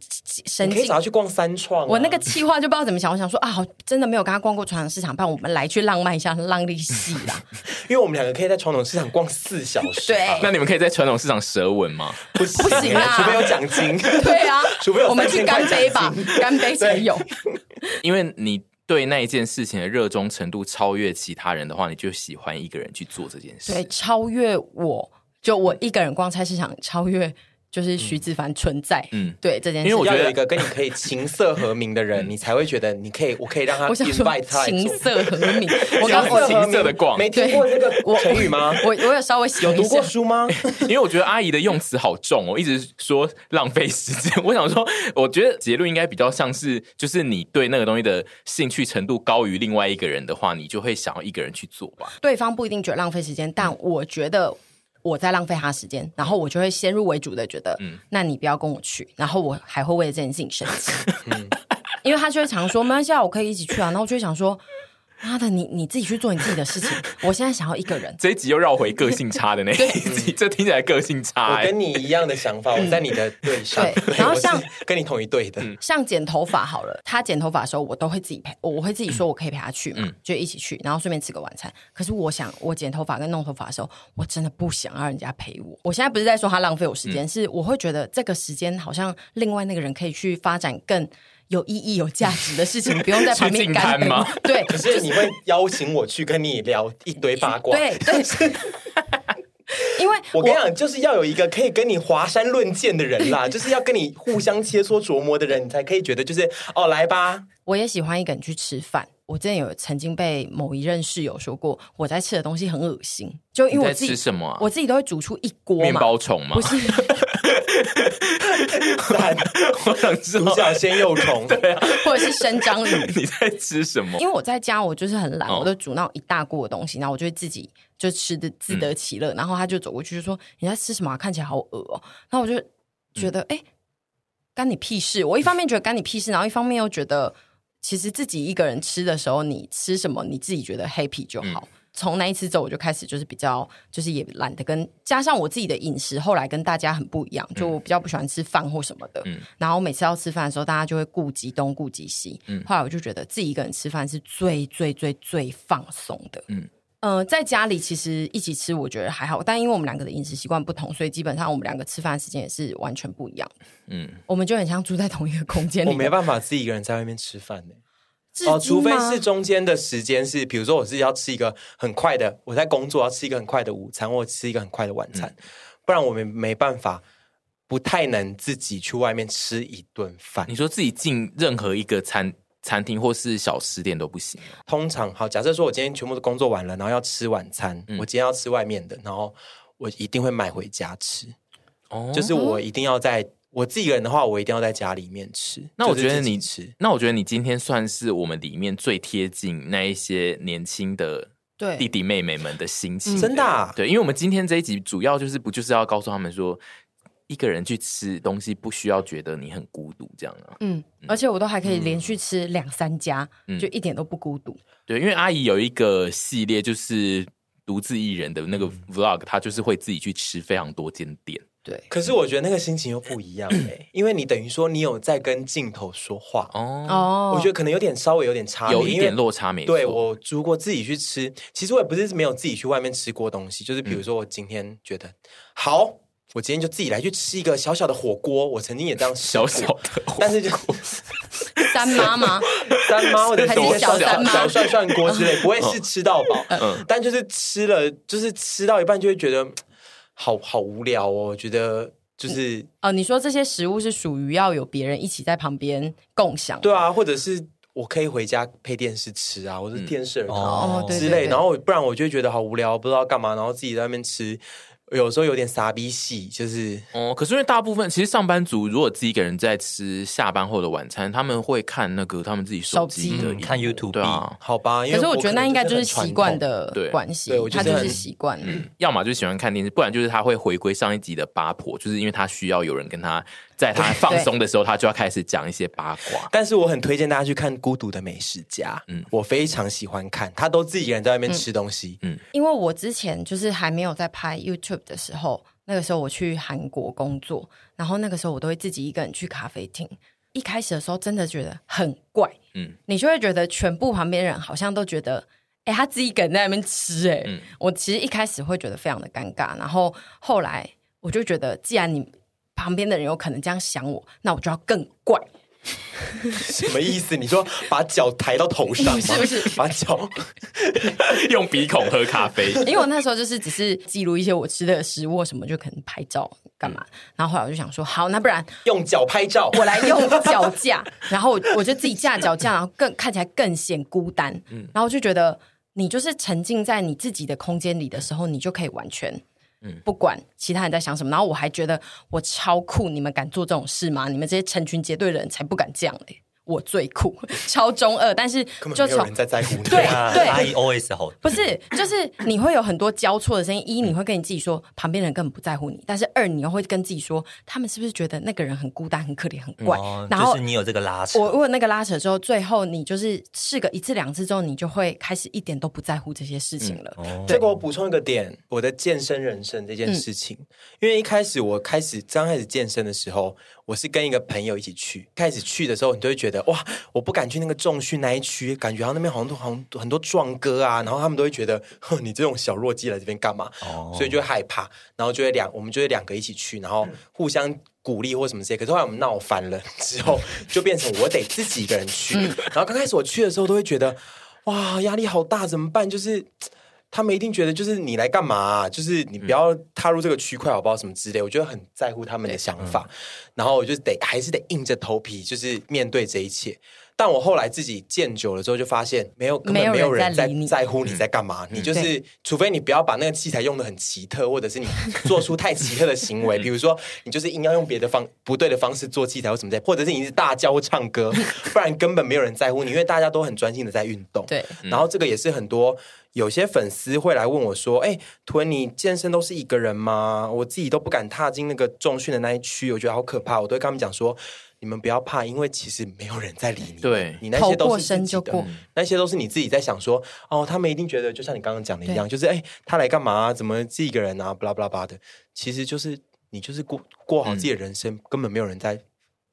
S1: 神
S3: 你可以
S1: 经
S3: 找他去逛三创啊、
S1: 我那个气话就不知道怎么想，我想说啊，好真的没有跟他逛过传统市场，不然我们来去浪漫一下浪力系 啦。
S3: 因为我们两个可以在传统市场逛四小时
S1: 对
S3: 吧，
S2: 那你们可以在传统市场舌吻吗？
S3: 不 行
S1: 不行啊
S3: 除非有 奖金。
S1: 对啊，
S3: 除非有
S1: 我们去
S3: 3000
S1: 干杯
S3: 块
S1: 吧
S3: 奖金，
S1: 干杯才有。
S2: 因为你对那一件事情的热衷程度超越其他人的话，你就喜欢一个人去做这件事。
S1: 对，超越我，就我一个人逛菜市场，超越就是徐子凡存在，
S2: 嗯
S1: 嗯，对这件
S2: 因为
S1: 事
S2: 我觉
S1: 情。
S2: 得
S3: 要有一个跟你可以琴瑟和鸣 的人，你才会觉得你可以，我可以让他
S1: 我想说
S3: invite 他来
S1: 琴
S3: 做。
S1: 瑟和 鸣，我
S2: 要
S1: 刚我
S2: 琴瑟的逛
S3: 没听过这
S1: 我
S3: 个成语吗？
S1: 我我有稍微
S3: 有
S1: 想一
S3: 读
S1: 下
S3: 过，书吗？
S2: 因为我觉得阿姨的用词好重哦，一直说浪费时间。 我想说，我觉得结论应该比较像是，就是你对那个东西的兴趣程度高于另外一个人的话，你就会想要一个人去做吧。
S1: 对方不一定觉得浪费时间，但我觉得我在浪费他时间，然后我就会先入为主的觉得，那你不要跟我去，然后我还会为了这件事情生气， 因为他就会常说没关系啊，我可以一起去啊，然后我就会想说，妈的，你你自己去做你自己的事情，我现在想要一个人，
S2: 这一集又绕回个性差的那一集，这听起来个性差、
S3: 我
S2: 欸。
S3: 跟你一样的想法，我在你的队上，
S1: 对然后像
S3: 我是跟你同一队
S2: 嗯
S3: 的，
S1: 像剪头发好了，他剪头发的时候，我都会自己陪，我我会自己说我可以陪他去嘛，
S2: 嗯
S1: 就一起去，然后顺便吃个晚餐。可是我想，我剪头发跟弄头发的时候，我真的不想让人家陪我。我现在不是在说他浪费我时间，
S2: 嗯
S1: 是我会觉得这个时间好像另外那个人可以去发展更有意义、有价值的事情，不用在旁
S2: 去
S1: 边
S2: 进摊
S1: 干等
S2: 吗。
S1: 对，
S3: 可是你会邀请我去跟你聊一堆八卦。
S1: 对对，因为
S3: 我跟你讲，就是要有一个可以跟你华山论剑的 人啦，就是要跟你互相切磋琢磨的人，你才可以觉得就是哦，来吧，
S1: 我也喜欢一个人去吃饭。我之前有曾经被某一任室友说过，我在吃的东西很恶心，就因为我
S2: 你在
S1: 自己
S2: 吃什么啊
S1: 我自己都会煮出一锅嘛，
S2: 面包虫吗
S1: 不？是
S3: 但
S2: 我想知
S3: 独
S2: 道
S3: 角仙幼虫，
S1: 或者是生章鱼。
S2: 你在吃什 么
S1: 因。为我在家，我就是很懒，
S2: 哦
S1: 我都煮那种一大锅的东西，然后我就会自己就吃的自
S2: 嗯
S1: 得其乐。然后他就走过去就说：“你在吃什么啊、看起来好恶哦、然后我就
S2: 嗯
S1: 觉得，哎、干你屁事！我一方面觉得干你屁事，然后一方面又觉得，其实自己一个人吃的时候，你吃什么你自己觉得 happy 就好。
S2: 嗯
S1: 从那一次之后，我就开始就是比较，就是也懒得跟，加上我自己的饮食，后来跟大家很不一样，就
S2: 嗯
S1: 我比较不喜欢吃饭或什么的。然后每次要吃饭的时候，大家就会顾及东顾及西。
S3: 嗯
S1: 后来我就觉得自己一个人吃饭是最最最最放松的。
S3: 嗯
S1: 呃，在家里其实一起吃，我觉得还好，但因为我们两个的饮食习惯不同，所以基本上我们两个吃饭的时间也是完全不一样。嗯，我们就很像住在同一个空间里
S3: 我
S1: 面。
S3: 没办法自己一个人在外面吃饭呢、
S1: 至今吗
S3: 哦，除非是中间的时间是，比如说我自己要吃一个很快的，我在工作要吃一个很快的午餐，或吃一个很快的晚餐，
S2: 嗯
S3: 不然我们没办法，不太能自己去外面吃一顿饭
S2: 你。说自己进任何一个餐餐厅或是小吃店都不行，
S3: 通常好，假设说我今天全部都工作完了，然后要吃晚餐，
S2: 嗯
S3: 我今天要吃外面的，然后我一定会买回家吃，
S2: 哦
S3: 就是我一定要在。我自己一个人的话，我一定要在家里面吃。
S2: 那我
S3: 就是
S2: 觉得
S3: 自己
S2: 你嗯
S3: 吃，
S2: 那我觉得你今天算是我们里面最贴近那一些年轻的
S1: 对
S2: 弟弟妹妹们的心情，
S3: 真的啊
S2: 对，因为我们今天这一集主要就是不就是要告诉他们说，一个人去吃东西不需要觉得你很孤独这样啊。
S1: 嗯，而且我都还可以连续吃两三家，
S3: 嗯
S1: 就一点都不孤独。
S2: 对，因为阿姨有一个系列就是独自一人的那个
S3: 嗯
S2: vlog，她就是会自己去吃非常多间店。
S1: 对，
S3: 可是我觉得那个心情又不一 样哎、因为你等于说你有在跟镜头说话
S2: 哦，
S1: 哦，
S3: 我觉得可能有点稍微有点差别，
S2: 有一
S3: 因为
S2: 点落差没错。
S3: 对我如果自己去吃，其实我也不是没有自己去外面吃过东西，就是
S2: 嗯
S3: 比如说我今天觉得、好，我今天就自己来去吃一个小小的火锅，我曾经也这样试
S2: 小
S3: 过
S2: 小的，
S3: 但是就
S1: 三妈妈
S3: 三妈或者是
S1: 还是
S3: 一个
S1: 小
S3: 小
S1: 三妈
S3: 小涮涮锅之类，不会是吃到饱，
S2: 嗯
S3: 但就是吃了，就是吃到一半就会觉得嗯好好无聊哦，我觉得
S2: 嗯
S3: 就是
S1: 哦，你说这些食物是属于要有别人一起在旁边共享，
S3: 对，啊，或者是我可以回家配电视吃啊，或者是电视耳朵啊
S1: 哦，对
S3: 之
S1: 对
S3: 类，
S1: 对
S3: 然后不然我就会觉得好无聊，不知道干嘛，然后自己在那边吃，有时候有点傻逼戏，就是
S2: 哦，可是因为大部分其实上班族如果自己一个人在吃下班后的晚餐，他们会看那个他们自己手
S1: 手
S2: 机的
S1: 机
S2: 荧幕，
S4: 嗯看 YouTube
S2: 对啊，
S3: 好吧。因
S1: 可
S3: 为
S1: 是我
S3: 可
S1: 觉得
S3: 能
S1: 那应该
S3: 就
S1: 就是习惯
S3: 很传统。
S1: 的
S2: 对
S1: 关系
S3: 对我，就
S1: 他
S3: 是
S1: 就是
S3: 很嗯
S1: 习惯。
S2: 要么就喜欢看电视，不然就是他会回归上一集的八婆，就是因为他需要有人跟他在他放松的时候，他就要开始讲一些八 卦。
S3: 但是我很推荐大家去看《孤独的美食家》，嗯，我非常喜欢看，他都自己一个人在
S1: 嗯
S3: 外面吃东西，
S1: 因为我之前就是还没有在拍 YouTube 的时候，那个时候我去韩国工作，然后那个时候我都会自己一个人去咖啡厅。一开始的时候真的觉得很怪，
S2: 嗯
S1: 嗯，你就会觉得全部旁边人好像都觉得，哎、他自己一个人在那边吃、
S3: 嗯
S1: 哎、
S2: 嗯
S1: 我其实一开始会觉得非常的尴尬，然后后来我就觉得，既然你旁边的人有可能这样想我，那我就要更怪。
S3: 什么意思？你说把脚抬到头上 吗？
S1: 是不是
S3: 把脚？
S2: 用鼻孔喝 咖啡。
S1: 因为我那时候就是只是记录一些我吃的食物或什么，就可能拍照干嘛。然后后来我就想说，好，那不然
S3: 用脚拍照，
S1: 我来用脚架，然后我我就自己架脚架，然后更看起来更显孤单。
S3: 嗯
S1: 然后我就觉得你就是沉浸在你自己的空间里的时候，你就可以完全。
S3: 嗯
S1: 不管其他人在想什么，然后我还觉得我超酷，你们敢做这种事吗？你们这些成群结队的人才不敢这样嘞、我最酷， 超中二。但是
S3: 根
S1: 就
S3: 本没有
S1: 从
S3: 人在在乎你。
S1: 对
S4: 啊
S1: 对
S4: 阿姨 always 好，
S1: 不是，就是你会有很多交错的声音。一，你会跟你自己说旁边人根本不在乎你；但是二，你又会跟自己说，他们是不是觉得那个人很孤单、很可怜、很怪？
S4: 哦
S1: 然后
S4: 就是你有这个拉扯，
S1: 我我有那个拉扯之后，最后你就是试个一次两次之后，你就会开始一点都不在乎这些事情
S4: 嗯哦
S1: 了。
S3: 这个我补充一个点，我的健身人生这件事情，因为一开始我开始刚开始健身的时候，我是跟一个朋友一起去。开始去的时候，你都会觉得哇，我不敢去那个重训那一区，感觉到那边好像都好像很多壮哥啊，然后他们都会觉得，哼，你这种小弱鸡来这边干嘛？所以就会害怕，然后就会两我们就会两个一起去，然后互相。鼓励或什么之类，可是后来我们闹翻了之后，就变成我得自己一个人去。然后刚开始我去的时候，都会觉得哇，压力好大，怎么办？就是他们一定觉得就是你来干嘛啊、就是你不要踏入这个区块好不好？什么之类，我觉得很在乎他们的想法，
S1: 嗯
S3: 然后我就得还是得硬着头皮，就是面对这一切。但我后来自己见久了之后，就发现没有根
S1: 没
S3: 本
S1: 有
S3: 没有
S1: 人
S3: 人
S1: 在
S3: 在
S1: 理你嗯
S3: 在乎你在干嘛，你就是除非你不要把那个器材用的很奇特，或者是你做出太奇特的行 为，比如说你就是硬要用别的方不对的方式做器材或什么在，或者是你一直大叫或 唱歌，不然根本没有人在乎你，因为大家都很专心的在运动。
S1: 对，
S3: 然后这个也是很多有些粉丝会来问我说：“哎、屯你健身都是一个人吗？我自己都不敢踏进那个重训的那一区，我觉得好可怕。”我都会跟他们讲说：“你们不要怕，因为其实没有人在理你。
S2: 对
S3: 你那
S1: 头
S3: 些都
S1: 过
S3: 是自
S1: 身
S3: 己
S1: 就
S3: 的，嗯
S1: 过，
S3: 那些都是你自己在想说，哦，他们一定觉得就像你刚刚讲的一样，就是哎、他来干嘛、怎么自己一个人啊？巴拉巴拉巴拉的，其实就是你就是过过好自己的人生，根本没有人在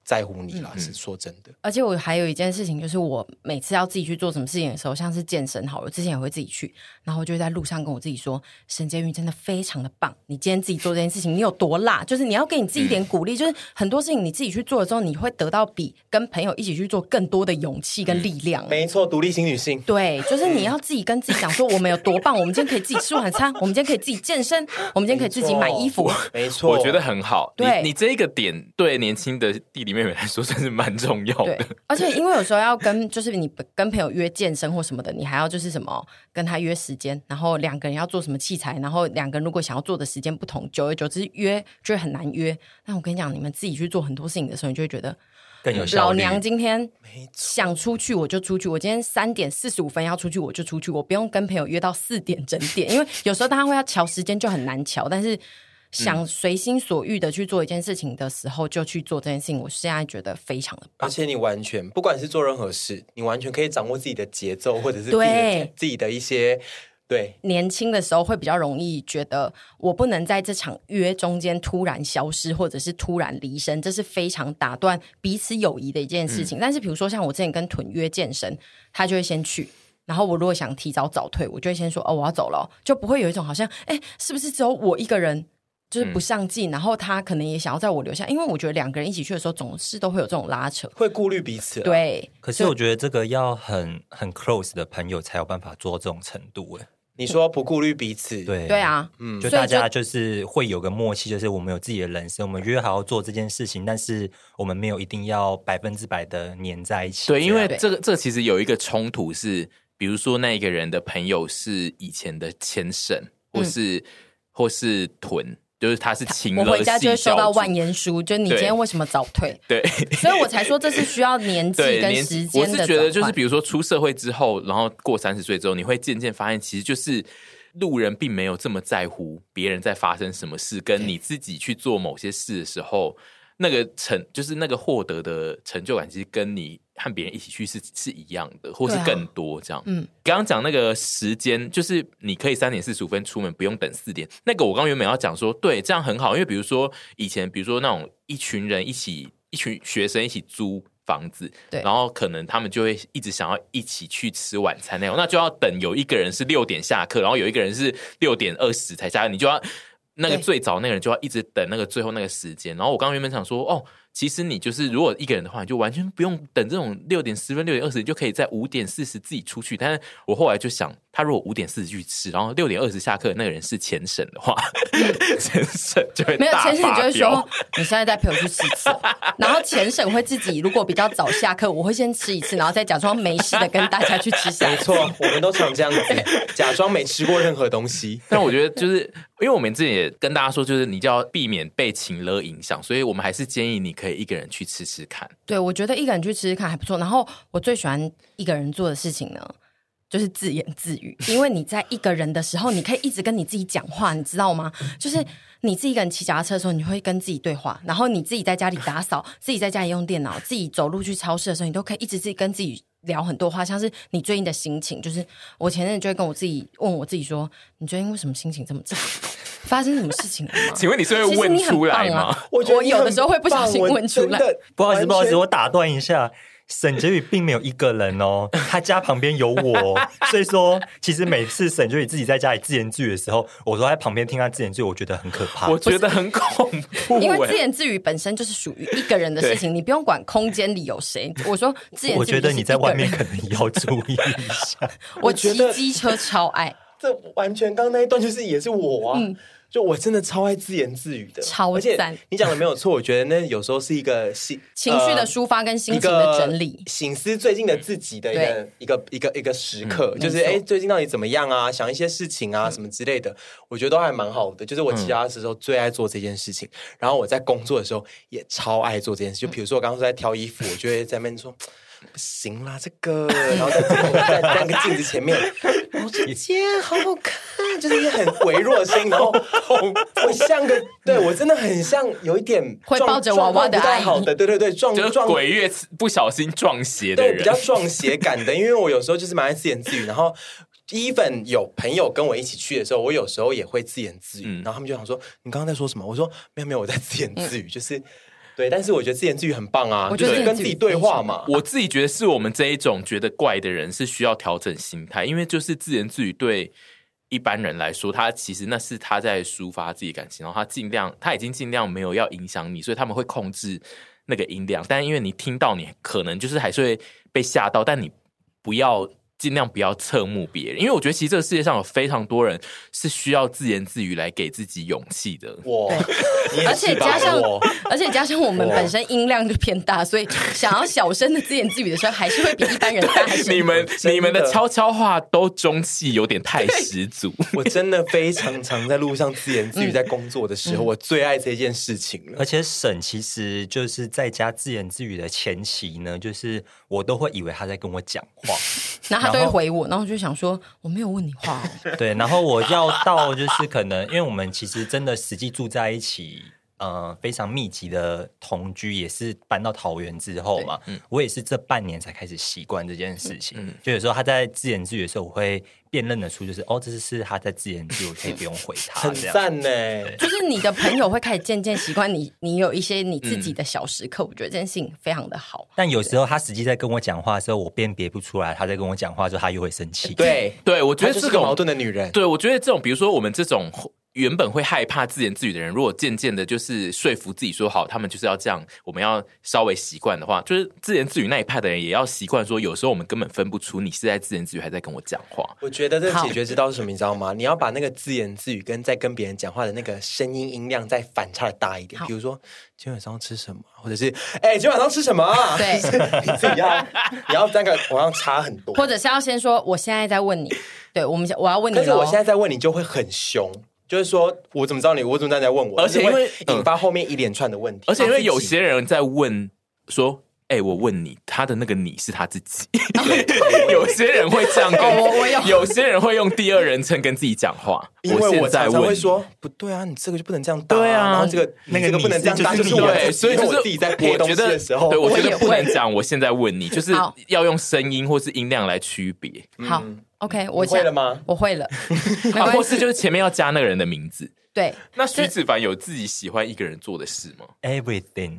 S3: 在乎你啦。
S1: 嗯
S3: 是说真的，
S1: 而且我还有一件事情，就是我每次要自己去做什么事情的时候，像是健身好了，我之前也会自己去，然后我就会在路上跟我自己说，沈婕妤真的非常的棒，你今天自己做这件事情，你有多辣，就是你要给你自己一点鼓励，就是很多事情你自己去做了之后，你会得到比跟朋友一起去做更多的勇气跟力量。
S3: 没错，独立型女性。
S1: 对，就是你要自己跟自己讲说，我们有多棒，我们今天可以自己吃晚餐，我们今天可以自己健身，我们今天可以自己买衣服。
S3: 没错，
S2: 我觉得很好，你
S1: 对
S2: 你这一个点对年轻的弟弟妹妹来说真是蛮重要
S1: 对
S2: 的。，
S1: 而且因为有时候要跟 就是你跟朋友约健身或什么的，你还要就是什么跟他约时间，然后两个人要做什么器材，然后两个人如果想要做的时间不同，久而久之约就会很难约。那我跟你讲，你们自己去做很多事情的时候，你就会觉得
S4: 更
S3: 嗯
S4: 有效
S1: 老
S4: 率。
S1: 娘今天想出去我就出去，我今天三点四十五分要出去我就出去，我不用跟朋友约到四点整点，因为有时候大家会要调时间就很难调，但是想随心所欲的去做一件事情的时候就去做这件事情，我现在觉得非常的
S3: 而
S1: 棒。
S3: 且你完全不管是做任何事，你完全可以掌握自己的节奏，或者是自己的
S1: 对
S3: 自己的一些对。
S1: 年轻的时候会比较容易觉得我不能在这场约中间突然消失，或者是突然离身，这是非常打断彼此友谊的一件事
S4: 嗯
S1: 情。但是比如说像我之前跟屯约健身，他就会先去。然后我如果想提早早退，我就会先说哦，我要走了哦，就不会有一种好像哎，是不是只有我一个人就是不上进？然后他可能也想要在我留下，因为我觉得两个人一起去的时候，总是都会有这种拉扯。
S3: 会顾虑彼此，，啊
S1: 对，
S4: 可是我觉得这个要很很 close 的朋友才有办法做到这种程度，哎，
S3: 你说不顾虑彼此，，
S4: 对
S1: 对。啊，
S2: 嗯
S4: 就
S1: 所以
S4: 大家就是会有个默契，就是我们有自己的人生，我们约好要做这件事情，但是我们没有一定要百分之百的黏在一起。
S2: 对，因为
S1: 对
S2: 这个这个其实有一个冲突是，比如说那一个人的朋友是以前的前省，或是、或是屯，就是他是情
S1: 嗯我
S2: 乐
S1: 回家
S2: 系
S1: 就会收
S2: 教
S1: 到
S2: 主
S1: 万言书，就你今天为什么早退？
S2: 对。
S1: 所以我才说这是需要年纪
S2: 对，
S1: 跟
S2: 年
S1: 时间
S2: 我
S1: 的
S2: 是觉得
S1: 转
S2: 就是，
S1: 换
S2: 比如说出社会之后，然后过三十岁之后，你会渐渐发现，其实就是路人并没有这么在乎别人在发生什么事，跟你自己去做某些事的时候，那个成就是那个获得的成就感，其实跟你和别人一起去是是一样的，或是
S1: 对啊
S2: 更多这样。
S1: 嗯
S2: 嗯，刚刚讲那个时间，就是你可以三点四十五分出门，不用等四点。那个我刚原本要讲说，对，这样很好，因为比如说以前，比如说那种一群人一起，一群学生一起租。房子，
S1: 对
S2: 然后可能他们就会一直想要一起去吃晚餐那种，那就要等有一个人是六点下课，然后有一个人是六点二十才下课，你就要那个
S1: 对
S2: 最早那个人就要一直等那个最后那个时间。然后我刚原本想说，哦，其实你就是如果一个人的话，你就完全不用等这种六点十分、六点二十，你就可以在五点四十自己出去。但是我后来就想，他如果五点四十去吃，然后六点二十下课，那个人是前省的话， 前省就会
S1: 嗯没有
S2: 大
S1: 前省
S2: 发
S1: 就会
S2: 飙
S1: 说，你现在再陪我去吃一次，然后前省会自己如果比较早下课，我会先吃一次，然后再假装没事的跟大家去吃下
S3: 没
S1: 一次。
S3: 错，我们都常这 样子，假装没吃过任何东西。
S2: 但我觉得就是因为我们之前也跟大家说，就是你就要避免被情勒影响，所以我们还是建议你可以一个人去吃吃看。
S1: 对，我觉得一个人去吃吃看还不错。然后我最喜欢一个人做的事情呢，就是自言自语，因为你在一个人的时候，你可以一直跟你自己讲话，你知道吗？就是你自己一个人骑脚踏车的时候，你会跟自己对话；然后你自己在家里打扫，自己在家里用电脑，自己走路去超市的时候，你都可以一直自己跟自己。聊很多话，像是你最近的心情，就是我前阵就会跟我自己问我自己说，你最近为什么心情这么差？发生什么事情了吗？
S2: 请问你是会
S1: 其实
S2: 问
S1: 你很
S2: 出来
S1: 棒
S2: 吗？
S1: 啊、 我有的时候会不小心问出来，
S4: 不好意思，不好意思，
S3: 我
S4: 我打断一下。沈哲宇并没有一个人哦，他家旁边有我哦，所以说其实每次沈哲宇自己在家里自言自语的时候，我都在旁边听他自言自语，我觉得很可
S1: 啊
S4: 怕。
S2: 我觉得很恐怖、
S1: 因为自
S2: 欸。
S1: 言自语本身就是属于一个人的事情，你不用管空间里有谁。我说自言自语，
S4: 我觉得你在外面，可能也要注意一下。
S1: 我
S3: 觉
S1: 骑
S3: 得
S1: 机车超爱，
S4: 呃
S3: 这完全刚刚那一段就是也是我啊，就我真的超爱自言自语
S1: 嗯
S3: 的，
S1: 超
S3: 而且
S1: 赞
S3: 你讲的没有错，我觉得那有时候是一个心呃
S1: 情绪的抒发跟心情的整
S3: 一
S1: 理
S3: 个。醒思最近的自己的一个一个一个一个时
S2: 嗯
S3: 刻，就是
S1: 没错嗯
S3: 哎，最近到底怎么样啊？想一些事情啊，什么之类的，我觉得都还蛮好的。就是
S2: 嗯
S3: 我骑脚踏车的时候最爱做这件事情，然后我在工作的时候也超爱做这件事。就比如说我刚刚说在挑衣服，我就会在那 边说。不行啦，这个，然后在在在那个镜子 前面，然后说姐好好看，就是一个很微弱的 声音，然后我我像个，对我真的很像有一点
S1: 会
S3: 状
S1: 抱着娃娃的
S3: 状况不太
S1: 阿姨
S3: 好的，对对对，撞
S2: 就是
S3: 撞
S2: 鬼月不小心撞邪的
S3: 对，比
S2: 人
S3: 较，撞邪感的，因为我有时候就是蛮爱自言自语，然后。even 有朋友跟我一起去的时候，我有时候也会自言自语，
S2: 嗯
S3: 然后他们就想说：“你刚刚在说什么？”我说：“没有没有，我在自言自语，
S2: 嗯
S3: 就是对。”但是我觉得自言自语很棒啊，
S1: 我觉得
S3: 就是
S1: 自言
S3: 跟
S1: 自
S3: 自
S1: 语
S3: 己对 话嘛。
S2: 我自己觉得是我们这一种觉得怪的人是需要调整心态，因为就是自言自语对一般人来说，他其实那是他在抒发自己感情，然后他尽量他已经尽量没有要影响你，所以他们会控制那个音量。但因为你听到，你可能就是还是会被吓到，但你不要。尽量不要侧目别人，因为我觉得其实这个世界上有非常多人是需要自言自语来给自己勇气的。
S3: 我， 你也
S1: 而且
S3: 是吧
S1: 加上
S3: 我，
S1: 而且加上我们本身音量就偏大，所以想要小声的自言自语的时候，还是会比一般人大声。
S2: 你们
S3: 真的
S2: 你们的悄悄话都中气有点太十 足。
S3: 我真的非常常在路上自言自语，在工作的
S1: 嗯
S3: 时候，我最爱这件事情
S2: 嗯
S3: 了。
S4: 而且沈其实就是在家自言自语的前期呢，就是我都会以为他在跟我讲话，
S1: 然后他都会回我，然后我就想说，我没有问你话哦，
S4: 对，然后我要到就是可能，因为我们其实真的实际住在一起，呃，非常密集的同居，也是搬到桃园之后嘛，
S3: 嗯
S4: 我也是这半年才开始习惯这件事情。就有时候他在自言自语的时候，我会辨认得出，就是哦，这是他在自言自语，我可以不用回 他
S3: 很
S4: 这样。
S3: 赞呢、
S1: 就是你的朋友会开始渐渐习惯你，你有一些你自己的小时刻，我觉得这件事情非常的好。
S4: 但有时候他实际在跟我讲话的时候，我辨别不出来他在跟我讲话的时候，他又会生气。
S3: 对，
S2: 对，我觉
S3: 她
S2: 得
S3: 就
S2: 这
S3: 是个
S2: 种
S3: 矛盾的女人。
S2: 对我觉得这种，比如说我们这种原本会害怕自言自语的人，如果渐渐的，就是说服自己说好，他们就是要这样，我们要稍微习惯的话，就是自言自语那一派的人也要习惯说，有时候我们根本分不出你是在自言自语还在跟我讲话。
S3: 我觉得这个
S1: 好
S3: 解决之道是什么？你知道吗？你要把那个自言自语跟在跟别人讲话的那个声音音量再反差的大一点。
S1: 好
S3: 比如说今天晚上要吃什么，或者是哎、今天晚上吃什么、啊？
S1: 对
S3: 就是你自己要你要那个往上差很多。
S1: 或者是要先说，我现在在问你，对我们我要问你
S3: 但是
S1: 喽
S3: 我现在在问你，就会很凶，就是说我怎么知道你？我怎么知道你在问我？
S2: 而且因为嗯
S3: 就是会引发后面一连串的问题，
S2: 而且因为有
S3: 自己
S2: 些人在问说。哎、我问你，他的那个你是他自己。有些人会这样跟，
S1: 哦我我有
S2: 些人会用第二人称跟自己讲话。
S3: 因为我
S2: 现在
S3: 常常
S2: 问
S3: 会
S2: 你
S3: 说不对啊，你这个就不能这样打、
S2: 对啊
S3: 然后这个
S4: 那个
S3: 你这个不能这样打，
S4: 你是
S3: 就是
S4: 就是你
S3: 我
S2: 对，所以就是
S3: 我自己在泼东西的时候，
S2: 我觉得对，
S1: 我
S2: 我觉
S1: 也
S2: 得
S1: 会
S2: 不能讲。我现在问你，就是
S1: 好
S2: 要用声音或是音量来区别，
S1: 好，OK，我
S3: 你会
S1: 想
S3: 了吗
S1: 我会了，没
S2: 啊，或
S1: 关系。
S2: 是就是前面要加那个人的名字。
S1: 对，
S2: 那徐子凡有自己喜欢一个人做的事吗？
S4: 哎，everything，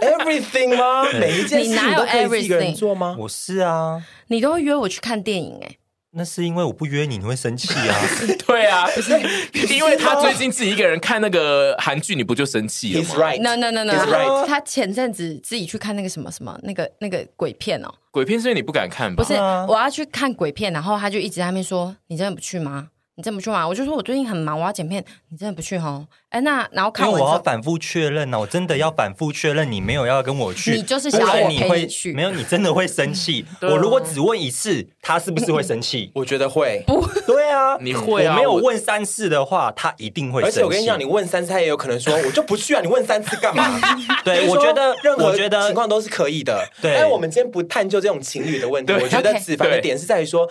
S3: everything 吗？每一件事
S1: 你哪
S3: 情
S1: 有
S3: 都可以自己一个人
S1: everything？
S3: 做吗？
S4: 我是啊，
S1: 你都会约我去看电影哎、
S4: 那是因为我不约你，你会生气啊。
S2: 对啊，因为他最近自己一个人看那个韩剧，你不就生气了
S3: He's
S2: 吗？
S3: right，
S1: No no no no，
S3: He's
S1: 他
S3: right
S1: 他前阵子自己去看那个什么什么那个那个鬼片哦，
S2: 鬼片是因为你不敢看吧？
S1: 不是
S4: 啊
S1: 我要去看鬼片，然后他就一直在那边说：“你真的不去吗？你真的不去吗？”我就说我最近很忙，我要剪片，你真的不去哦。哎，那然后
S4: 因
S1: 看
S4: 为
S1: 完之
S4: 我要
S1: 后，
S4: 反复确认呢、啊我真的要反复确认你没有要跟我去，
S1: 你就是想要
S4: 不然
S1: 我
S4: 你
S1: 陪
S4: 会
S1: 你去
S4: 没有你真的会 生气。
S2: 啊
S4: 我如果只问一次，他是不是会生气？
S3: 我觉得会。
S4: 对啊，
S2: 你会啊
S4: 我没有
S2: 我
S4: 问三次的话，他一定会生
S3: 而
S4: 气。
S3: 且我跟你讲，你问三次，他也有可能说我就不去啊，你问三次干嘛？
S4: 对
S3: 就是
S4: 我
S3: 说
S4: 觉得
S3: 任何
S4: 我觉得
S3: 情况都是可以的。
S4: 对
S3: 但是我们今天不探究这种情侣的问题。
S2: 对
S3: 我觉得
S1: OK
S3: 子凡的
S2: 对
S3: 点是在于说。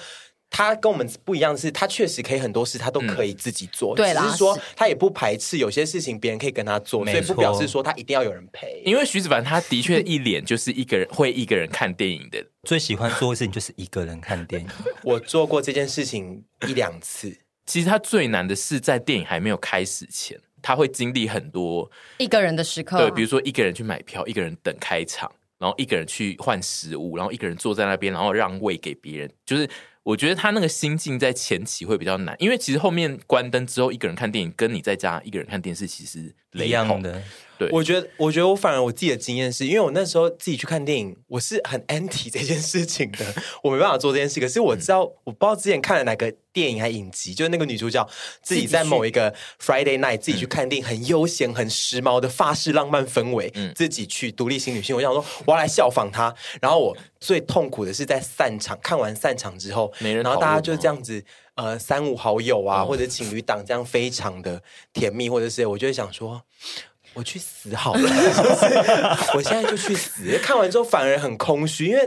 S3: 他跟我们不一样的是，他确实可以很多事，他都可以自己
S4: 嗯
S3: 做。
S1: 对
S3: 只
S1: 啦
S3: 是说
S1: 是
S3: 他也不排斥有些事情别人可以跟他做，
S4: 没
S3: 所以不
S4: 错
S3: 表示说他一定要有人陪。
S2: 因为徐子凡他的确一脸就是一个人会一个人看电影的，
S4: 最喜欢做的事情就是一个人看 电影。
S3: 我做过这件事情一两次，
S2: 其实他最难的是在电影还没有开始前，他会经历很多，
S1: 一个人的时刻啊、
S2: 对，比如说一个人去买票，一个人等开场，然后一个人去换食物，然后一个人坐在那边，然后让位给别人，就是。我觉得他那个心境在前期会比较难，因为其实后面关灯之后，一个人看电影跟你在家一个人看电视其实雷
S4: 一样
S2: 同，
S4: 的，
S2: 对
S3: 我觉得，我觉得我反而我自己的经验是，因为我那时候自己去看电影，我是很 anti 这件事情的， 我没办法做这件事。可是我知
S2: 嗯
S3: 道，我不知道之前看了哪个电影还影集，就是那个女主角自己在某一个 Friday night
S2: 嗯
S3: 自己去看电影，很悠闲、很时髦的法式浪漫氛围，
S2: 嗯
S3: 自己去独立型女性。我想说，我要来效仿她。然后我最痛苦的是在散场，看完散场之后，
S2: 没人
S3: 然后大
S2: 讨论哦
S3: 家就
S2: 吗
S3: 这样子。呃，三五好友啊，或者情侣档，这样非常的甜蜜，或者是我就会想说，我去死好了， 就是我现在就去死。看完之后反而很空虚，因为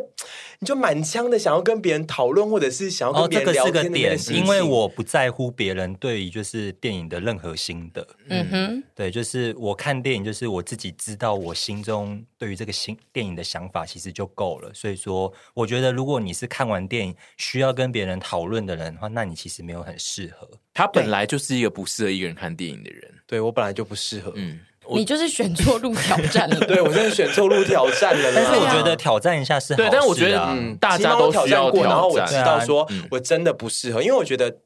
S3: 你就满腔的想要跟别人讨论，或者是想要
S4: 哦，
S3: 跟别
S4: 这
S3: 人
S4: 个
S3: 聊
S4: 是个
S3: 天的那
S4: 点
S3: 个，心情
S4: 因为我不在乎别人对于就是电影的任何心得。
S1: 嗯哼，
S4: 对，就是我看电影，就是我自己知道我心中对于这个新电影的想法，其实就够了。所以说，我觉得如果你是看完电影需要跟别人讨论的人的话，那你其实没有很适合。
S2: 他本来就是一个不适合一个人看电影的人，
S3: 对我本来就不适合，
S2: 嗯，
S1: 你就是选错路挑战了。
S3: 对我真的选错路挑战了啦。
S4: 但是我
S1: 对啊
S4: 觉得挑战一下是好事、
S2: 对
S4: 啊，
S2: 但我觉得
S3: 嗯
S2: 大家都
S3: 起码我
S2: 需要
S3: 挑战过，然后我
S2: 挑战
S3: 知道说
S2: 对啊嗯
S3: 我真的不适合，因为我觉得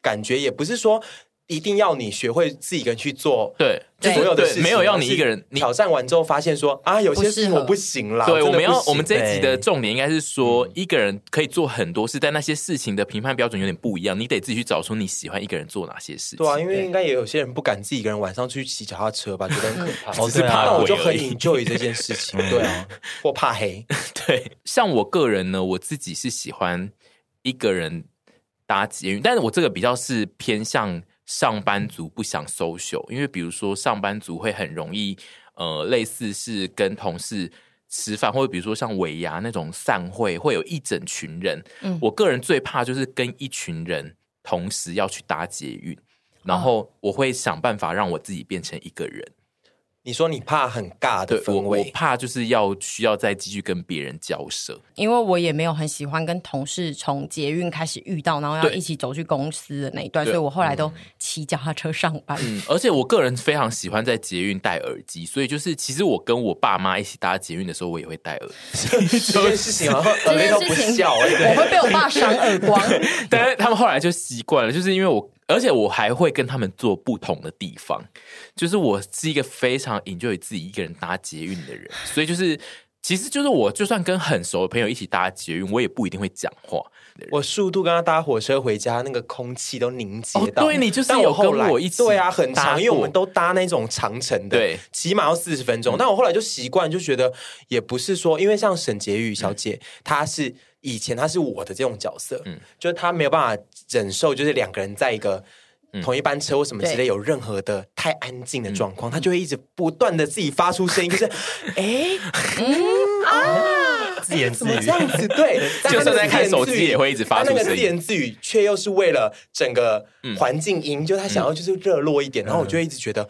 S3: 感觉也不是说一定要你学会自己一个人去做。
S2: 对，
S1: 对
S3: 所有的
S2: 对
S3: 事情
S2: 没有要你一个人
S3: 而是挑战完之后，发现说啊，有些事情
S1: 不适合
S3: 我不行啦。
S2: 对，
S3: 真的
S2: 我们要
S3: 不行
S2: 我们这一集
S4: 对
S2: 的重点应该是说，一个人可以做很多事，但那些事情的评判标准有点不一样，你得自己去找出你喜欢一个人做哪些事情。
S3: 对啊，因为应该也有些人不敢自己一个人晚上出去骑脚踏车吧，觉得 很可怕。
S4: 哦
S3: 只是
S4: 对啊
S3: 怕我就
S2: 鬼而
S3: 很
S2: 已嗯
S3: enjoy 这件 事情，对啊，或怕黑。
S2: 对，像我个人呢，我自己是喜欢一个人搭捷运，但是我这个比较是偏向上班族不想 social，因为比如说上班族会很容易，呃，类似是跟同事。吃饭，或者比如说像尾牙那种散会，会有一整群人。
S1: 嗯
S2: 我个人最怕就是跟一群人同时要去搭捷运，然
S3: 哦
S2: 后我会想办法让我自己变成一个人。
S3: 你说你怕很尬的
S2: 对
S3: 氛
S2: 我，我
S3: 围，
S2: 怕就是要需要再继续跟别人交涉。
S1: 因为我也没有很喜欢跟同事从捷运开始遇到，然后要
S2: 对
S1: 一起走去公司的那一段，
S2: 对
S1: 所以我后来都骑脚踏车上班。
S2: 嗯，而且我个人非常喜欢在捷运戴耳机，所以就是其实我跟我爸妈一起搭捷运的时候，我也会戴耳机，
S3: 这件事情好像
S1: 这
S3: 耳
S1: 件
S3: 朵不
S1: 事情，
S3: 笑 哎。
S1: 我会被我爸赏耳光。
S2: 但是他们后来就习惯了，就是因为我，而且我还会跟他们坐不同的地方，就是我是一个非常 enjoy 自己一个人搭捷运的人，所以就是。其实就是我，就算跟很熟的朋友一起搭捷运，我也不一定会讲话。
S1: 哦
S3: 我速度跟他搭火车回家，那个空气都凝结
S2: 哦
S3: 到。
S2: 对你就是
S3: 但
S2: 有
S3: 我后来
S2: 跟我一起
S3: 对啊，很
S2: 搭
S3: 长，因为
S2: 过
S3: 我们都搭那种长程的，
S2: 对，嗯
S3: 起码要四十分钟。但我后来就习惯，就觉得也不是说，因为像沈婕妤小姐，
S2: 嗯
S3: 她是以前她是我的这种角色，嗯，就是她没有办法忍受，就是两个人在一个。
S2: 嗯
S3: 同一班车或什么之类
S1: 对
S3: 有任何的太安静的状
S2: 嗯
S3: 况，她就会一直不断的自己发出声 音，就是哎，
S4: 自言自
S3: 怎么
S4: 语
S3: 这。样子？对，但
S2: 就算在看
S3: 那个自言
S2: 手机
S3: 自语
S2: 也会一直发出
S3: 但那个
S2: 声音
S3: 自言自语，却又是为了整个环境音，就他想要就是热络一点，然后我就一直觉得。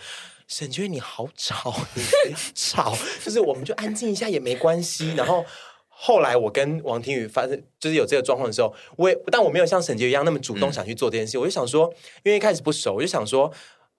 S3: 沈娟，你好吵，你别吵，就是我们就安静一下也没关系。然后后来我跟王庭宇发生就是有这个状况的时候，我也但我没有像沈婕妤一样那么主动想去做这件事，我就想说，因为一开始不熟，我就想说，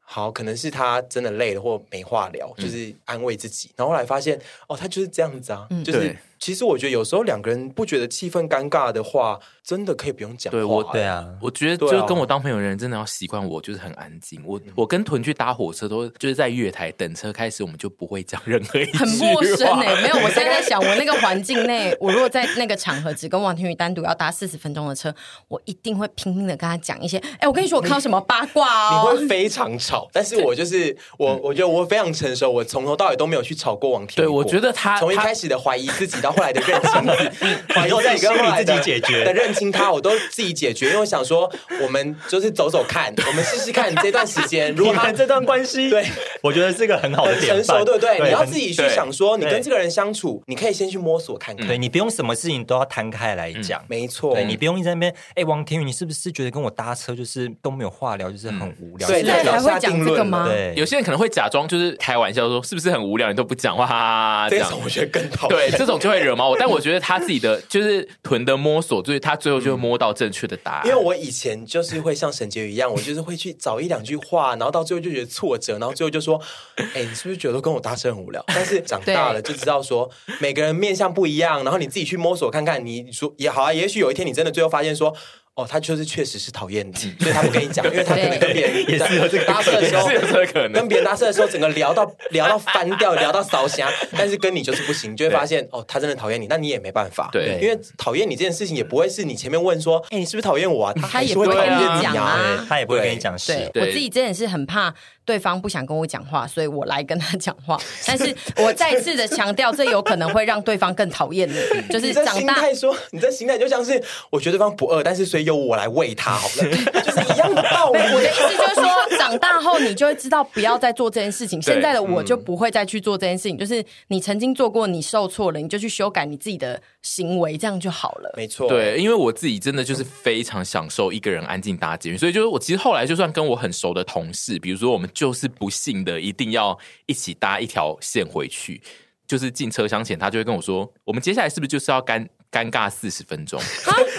S3: 好，可能是他真的累了或没话聊，就是安慰自己。然后后来发现，哦，他就是这样子啊，就是
S2: 对
S3: 其实我觉得有时候两个人不觉得气氛尴尬的话，真的可以不用讲话。
S2: 对我
S4: 对啊，
S2: 我觉得
S3: 对
S2: 就
S3: 啊
S2: 是跟我当朋友的人真的要习惯，我就是很安静。我我跟屯去搭火车都就是在月台等车开始，我们就不会讲任何一句
S1: 很陌生
S2: 话
S1: 哎、没有，我现在在想，我那个环境内，我如果在那个场合只跟王天宇单独要搭四十分钟的车，我一定会拼命的跟他讲一些。哎、我跟你说，我看到什么八卦
S3: 你
S1: 哦，
S3: 会非常吵，但是我就是我，我觉得我非常成熟，我从头到尾都没有去吵过王天
S2: 对
S3: 宇过。
S2: 我觉得他
S3: 从一
S2: 他
S3: 开始的怀疑自己，到后来的认清自己，怀疑
S4: 都在
S3: 自己跟
S4: 心里
S3: 后来的
S4: 自己解决
S3: 的认清他，我都自己解决，因为我想说，我们就是走走看，我们试试看这段时间，如
S4: 你
S3: 果他
S4: 们这段关系，
S3: 对，
S4: 我觉得是个很好的
S3: 很
S4: 典
S3: 成
S4: 范，
S3: 熟，对不对？你要
S4: 很
S3: 自己去
S2: 对
S3: 想说，你
S4: 对
S3: 跟这个人相处，你可以先去摸索看
S4: 对
S3: 看。
S4: 你不用什么事情都要摊开来讲。
S3: 没错
S4: 对，你不用一直在那边，哎、王天宇，你是不是觉得跟我搭车就是都没有话聊，就是很无聊？
S3: 对啊
S1: 现在
S3: 对
S1: 还会
S3: 下
S1: 讲
S3: 定
S1: 这个
S3: 论了
S1: 吗？
S4: 对，
S2: 有些人可能会假装就是开玩笑说，是不是很无聊，你都不讲话、哈哈哈这
S3: 这
S2: 样
S3: 种我觉得更讨厌。
S2: 对，这种就会惹毛 我。但我觉得他自己的就是臀的摸索，就是他最后就会摸到正确的答案。
S3: 因为我以前就是会像沈婕妤一样，我 就是会去找一两句话，然后到最后就觉得挫折，然后最后就说：“ 哎、你是不是觉得跟我搭车很无聊？”但是长大了就知道说，每个人面相不一样，然后你自己去摸索看看。你说也好啊，也许有一天你真的最后发现说。哦，他就是确实是讨 厌你，所以他不跟你讲，因为他可能跟别人
S4: 也是有这个
S3: 搭车的时 候，
S2: 也是有这个可能
S3: 跟别人搭车的时候，整个聊到聊到翻掉，聊到烧香，但是跟你就是不行，就会发现哦，他真的讨厌你，那你也没办法，
S2: 对
S3: 因为讨厌你这件事情也不会是你前面问说，哎、你是不是讨厌我啊？他
S1: 他
S3: 还
S1: 也
S3: 是
S1: 不
S3: 会
S1: 会
S3: 讨
S1: 跟
S3: 厌
S1: 你
S3: 你
S1: 讲
S3: 啊。
S1: 啊。
S4: 他也不会跟你讲是，
S1: 对
S2: 对
S1: 我自己真的是很怕对方不想跟我讲话，所以我来跟他讲话。但是我再次的强调，这有可能会让对方更讨厌你。就是
S3: 你这
S1: 长
S3: 心
S1: 大
S3: 态说，你这心态就像是我觉得对方不饿，但是所以由我来喂他好了，就是一样的道理。
S1: 对，我的意思就是说， 长大后你就会知道不要再做这件事情。
S2: 对
S1: 现在的我就不会再去做这件事情。就是你曾经做过，你受挫了，你就去修改你自己的行为，这样就好了。
S3: 没错，
S2: 对，因为我自己真的就是非常享受一个人安静搭捷运，所以就是我其实后来就算跟我很熟的同事，比如说我们就是不幸的一定要一起搭一条线回去，就是进车厢前他就会跟我说，我们接下来是不是就是要尴尴尬四十分 钟？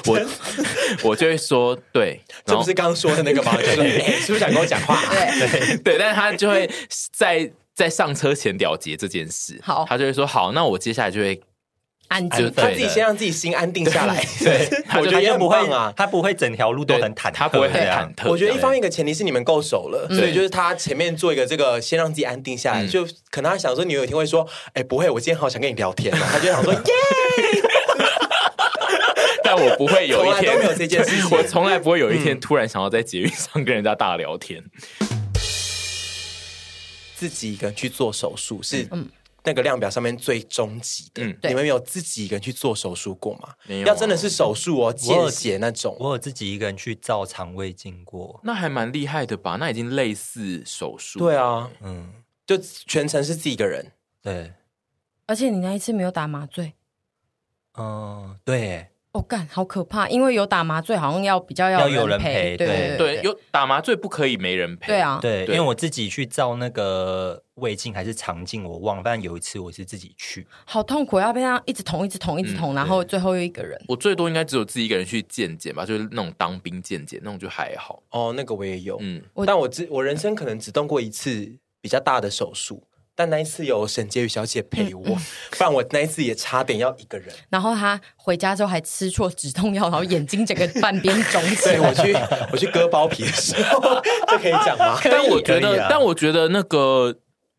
S2: 我我 就会说对，
S3: 这
S2: 然
S3: 不
S2: 后
S3: 是刚刚说的那个吗？就是哎、是不是想跟我讲话、啊
S1: 对，
S2: 对，但是他就会在在上车前了结这件事，
S1: 好
S2: 他就会说好，那我接下来就会
S1: 安
S2: 就
S1: 静。
S3: 他
S2: 对
S3: 自己先让自己心安定下来。
S2: 对，他
S3: 我
S2: 就
S3: 觉
S4: 他
S3: 得也
S4: 就
S3: 很
S4: 不
S3: 棒
S4: 会
S3: 啊，
S4: 他不会整条路都很忐忑，
S2: 他不会
S4: 这
S2: 很
S4: 样
S2: 忐忑，
S3: 我觉得一
S2: 对
S3: 方面一个前提是你们够熟了，所以就是他前面做一个这个，先让自己安定下来，就可能他想说，你有一天会说，哎，不会，我今天好想跟你聊天哦，他就想说，耶，
S2: 但我不会有一天
S3: 从来都没有这件事 情嗯
S2: 我从来不会有一天突然想要在捷运上跟人家大聊天。
S3: 自己一个人去做手术是那个量表上面最终极的。
S2: 嗯
S1: 对
S3: 你们有自己一个人去做手术过吗
S2: 没有？啊
S3: 要真的是手术哦，
S4: 有
S3: 见血那种。
S4: 我有自己一个人去照肠胃镜过，
S2: 那还蛮厉害的吧？那已经类似手术，
S3: 对，啊，
S4: 嗯，
S3: 就全程是自己一个人。
S4: 对，
S1: 而且你那一次没有打麻醉，
S4: 嗯，对，
S1: 哦，干，好可怕！因为有打麻醉，好像要比较
S4: 要
S1: 有
S4: 有人
S1: 陪。
S4: 陪
S1: 对
S4: 对
S2: 对，有打麻醉不可以没人陪，
S1: 对，啊，
S4: 对，
S2: 对
S4: 因为我自己去照那个胃镜还是肠镜，我忘了，反正有一次我是自己去，
S1: 好痛苦，要被他一直捅，一直捅，一直捅，然后最后又一个人。
S2: 我最多应该只有自己一个人去健检吧，就是那种当兵健检那种就还好，
S3: 哦，那个我也有，
S2: 嗯，
S1: 我
S3: 但我只我人生可能只动过一次比较大的手术。但那一次有沈婕妤小姐陪我， 不然我那一次也差点要一个人。
S1: 然后他回家之后还吃错止痛药，然后眼睛整个半边肿起
S3: 对
S1: 来。
S3: 我去我去割包皮的时候，这可以讲吗？
S2: 但我觉
S4: 可以
S2: 得
S4: 啊，
S2: 但我觉得那个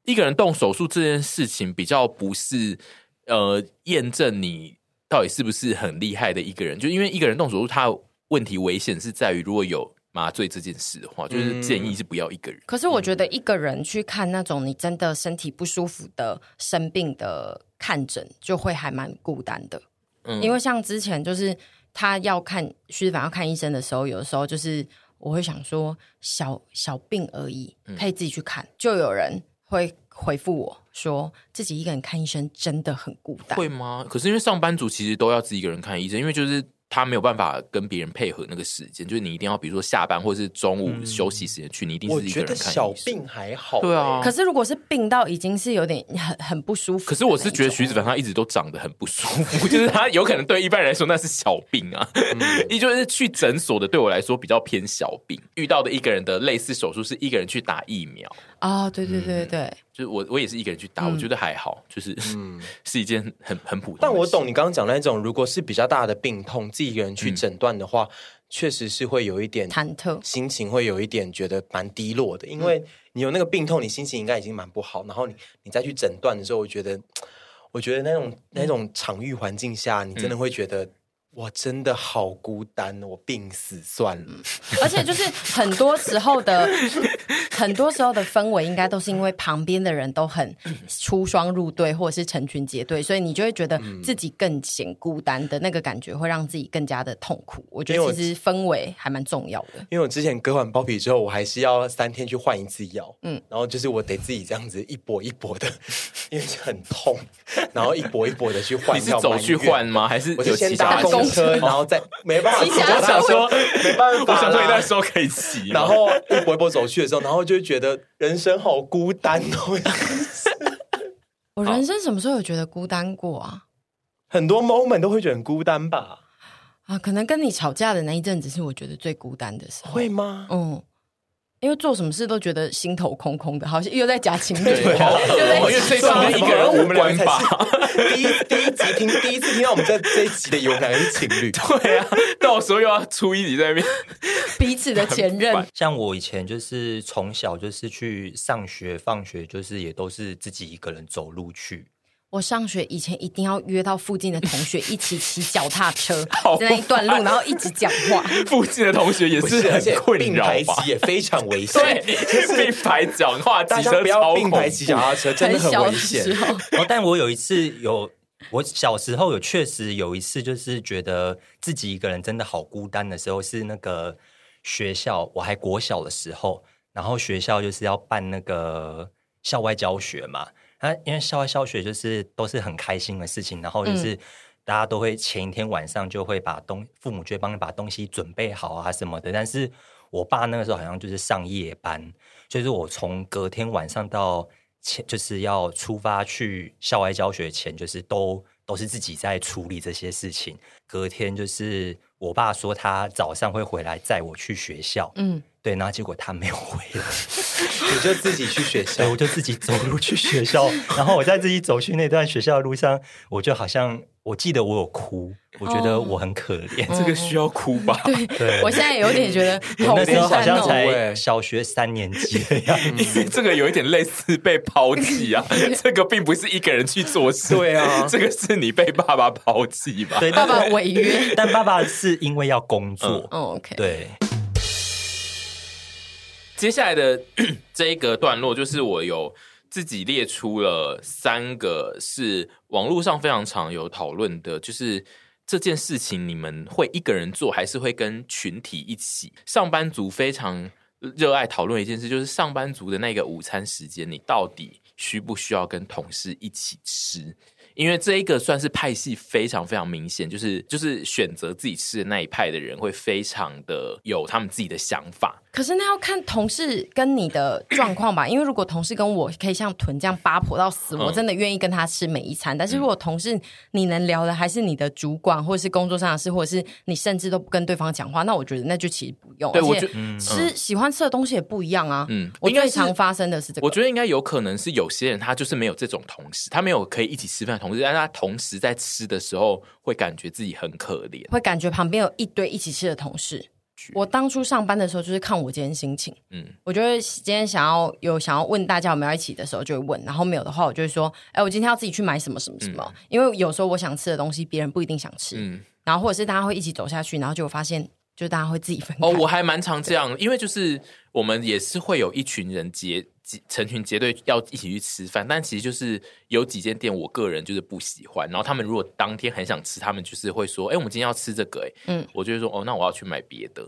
S2: 一个人动手术这件事情比较不是呃验证你到底是不是很厉害的一个人，就因为一个人动手术，他问题危险是在于如果有麻醉这件事的话，就是建
S3: 嗯
S2: 议是不要一个人。
S1: 可是我
S2: 嗯
S1: 觉得一个人去看那种你真的身体不舒服的生病的看诊，就会还蛮孤单的。
S2: 嗯
S1: 因为像之前就是他要看徐子凡要看医生的时候，有的时候就是我会想说小小病而已，
S2: 嗯
S1: 可以自己去看。就有人会回复我说自己一个人看医生真的很孤单。
S2: 会吗？可是因为上班族其实都要自己一个人看医生，因为就是他没有办法跟别人配合那个时间，就是你一定要比如说下班或者是中午休息时间去，你一定
S3: 嗯我
S2: 是一个
S3: 觉
S2: 人
S3: 得
S2: 看医生。
S3: 小病还好、欸
S2: 对啊，
S1: 可是如果是病到已经是有点很很不舒服的那一种，
S2: 可是我是觉得徐子凡他一直都长得很不舒服， 就是他有可能对一般人来说那是小病啊， 也就是去诊所的对我来说比较偏小病。遇到的一个人的类似手术是一个人去打疫苗，
S1: 哦，对对
S2: 嗯
S1: 对对对，
S2: 就是我我也是一个人去打，我觉得还好，就是、 是一件很很普通。
S3: 嗯但我懂，你刚刚讲那种，如果是比较大的病痛，自己一个人去
S2: 嗯
S3: 诊断的话，确实是会有一点
S1: 忐忑
S3: 心情会有一点觉得蛮低落的，因
S2: 嗯
S3: 为你有那个病痛，你心情应该已经蛮不好，然后你你再去诊断的时候，我觉得，我觉得那种那
S2: 嗯
S3: 种场域环境下，你真的会觉得。我真的好孤单哦，我病死算了。
S2: 嗯
S1: 而且就是很多时候的， 很多时候的氛围应该都是因为旁边的人都很出双入对，或者是成群结队，所以你就会觉得
S2: 嗯
S1: 自己更显孤单的那个感觉，会让自己更加的痛苦。我觉
S3: 因为
S1: 得
S3: 我
S1: 其实氛围还蛮重要的。
S3: 因为我之前割完包皮之后，我还是要三天去换一次药，嗯，然后就是我得自己这样子一搏一 搏的，因为很痛，然后一搏一搏的去换
S2: 你是
S3: 药。
S2: 走去换？吗？还是
S3: 我
S2: 有
S3: 就
S2: 骑
S3: 先
S2: 脚踏
S3: 搭公
S2: 车？
S3: 车，然后再没办法，
S1: 骑脚踏车
S3: 我想说 没办
S2: 我
S3: 法啦，啊
S2: 想说你那时候可以骑吗，
S3: 然后一波一波走去的时候，然后就会觉得人生好孤单哦，
S1: 我人生什么时候有觉得孤单过啊？
S3: 很多 moment 都会觉得很孤单吧？
S1: 啊，可能跟你吵架的那一阵子是我觉得最孤单的时候。
S3: 会吗？
S1: 嗯，因为做什么事都觉得心头空空的，好像又在假情侣，
S2: 对
S3: 啊
S1: 又在
S2: 我因为这一段跟一个人无关吧？
S3: 第一第一集听第一次听到我们在这一集的有两个是情 侣，
S2: 对啊，到时候又要出一集在那边，
S1: 彼此的前任。
S4: 像我以前就是从小就是去上学、放学，就是也都是自己一个人走路去。
S1: 我上学以前一定要约到附近的同学一起骑脚踏车，在那一段路，然后一起讲话。
S2: 附近的同学也
S3: 不
S2: 是
S3: 而
S2: 很
S3: 且
S2: 困
S3: 并
S2: 扰
S3: 排
S2: 吧
S3: 骑？也非常危险。
S2: 对，并排讲话，
S3: 大
S2: 骑
S3: 家
S2: 车
S3: 不要
S2: 超恐
S3: 并排
S2: 怖。
S3: 骑脚踏车，真的很
S1: 小
S3: 危
S1: 的时
S3: 险。
S1: 候，
S4: 然哦后，但我有一次有，我小时候有确实有一次，就是觉得自己一个人真的好孤单的时候，是那个学校，我还国小的时候，然后学校就是要办那个校外教学嘛，啊，因为校外教学就是都是很开心的事情，然后就是。大家都会前一天晚上就会把东父母就会帮你把东西准备好啊什么的，但是我爸那个时候好像就是上夜班，就是我从隔天晚上到前，就是要出发去校外教学前，就是都都是自己在处理这些事情。隔天就是我爸说他早上会回来载我去学校，
S1: 嗯，
S4: 对，然后结果他没有回来，
S3: 你就自己去学校
S4: 所以，我就自己走路去 学校。然后我在自己走去那段学校的路上，我就好像我记得我有哭，我觉得我很可怜。
S2: 这个需要哭吧？
S4: 对
S1: 哦我现在有点觉得好孤
S4: 我那时候好
S1: 单
S4: 像
S1: 哦。
S4: 才小学三年级 的样子。
S2: 这个有一点类似被抛弃啊，这个并不是一个人去做事，
S3: 对啊
S2: 这个是你被爸爸抛弃吧？
S4: 对，
S1: 爸
S4: 但
S1: 爸违 约。
S4: 但爸爸是因为要工作，
S1: 哦 OK，
S4: 对，
S2: 接下来的 这一个段落，就是我有自己列出了三个是网络上非常常有讨论的，就是这件事情你们会一个人做，还是会跟群体一起？上班族非常热爱讨论一件事，就是上班族的那个午餐时间，你到底需不需要跟同事一起吃？因为这一个算是派系非常非常明显，就是就是选择自己吃的那一派的人会非常的有他们自己的想法，
S1: 可是那要看同事跟你的状况吧，因为如果同事跟我可以像屯这样八婆到死，我真的愿意跟他吃每一餐。但是如果同事你能聊的还是你的主管或者是工作上的事，或者是你甚至都不跟对方讲话，那我觉得那就其实不用。
S2: 对
S1: 而
S2: 我
S1: 且
S2: 觉
S1: 吃、喜欢吃的东西也不一样啊。
S2: 嗯
S1: 嗯，我
S2: 应该
S1: 最
S2: 是
S1: 常发生的是这个。
S2: 我觉得应该有可能是有些人他就是没有这种同事，他没有可以一起吃饭的同事，但他同时在吃的时候会感觉自己很可怜。
S1: 会感觉旁边有一堆一起吃的同事。我当初上班的时候就是看我今天心情，
S2: 嗯
S1: 嗯，我就会今天想要有想要问大家有没有要一起的时候就会问，然后没有的话我就会说，哎、我今天要自己去买什么什么什么，因为有时候我想吃的东西别人不一定想吃，
S2: 嗯
S1: 然后或者是大家会一起走下去，然后结果发现就大家会自己分开。
S2: 哦，我还蛮常这样，因为就是我们也是会有一群人结结成群结队要一起去吃饭，但其实就是有几间店我个人就是不喜欢，然后他们如果当天很想吃，他们就是会说，哎、我们今天要吃这个、哎，嗯
S1: 嗯，
S2: 我就会说，哦，那我要去买别的，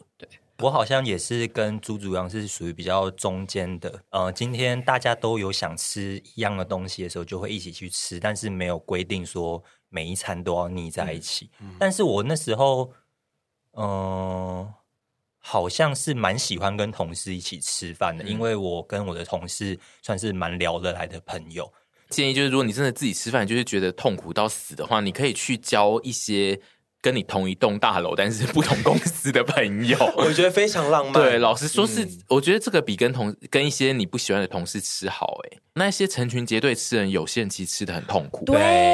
S4: 我好像也是跟猪猪一样，是属于比较中间的。呃，今天大家都有想吃一样的东西的时候，就会一起去吃，但是没有规定说每一餐都要腻在一起。但是我那时候，嗯、好像是蛮喜欢跟同事一起吃饭的，因为我跟我的同事算是蛮聊得来的朋友。
S2: 建议就是，如果你真的自己吃饭就是觉得痛苦到死的话，你可以去交一些跟你同一栋大楼，但是不同公司的朋友。
S3: 我觉得非常浪漫。
S2: 对，老实说是，
S4: 嗯
S2: 我觉得这个比跟同跟一些你不喜欢的同事吃好、欸，哎，那些成群结队吃人，有些人其实吃的很痛苦。
S1: 对嗯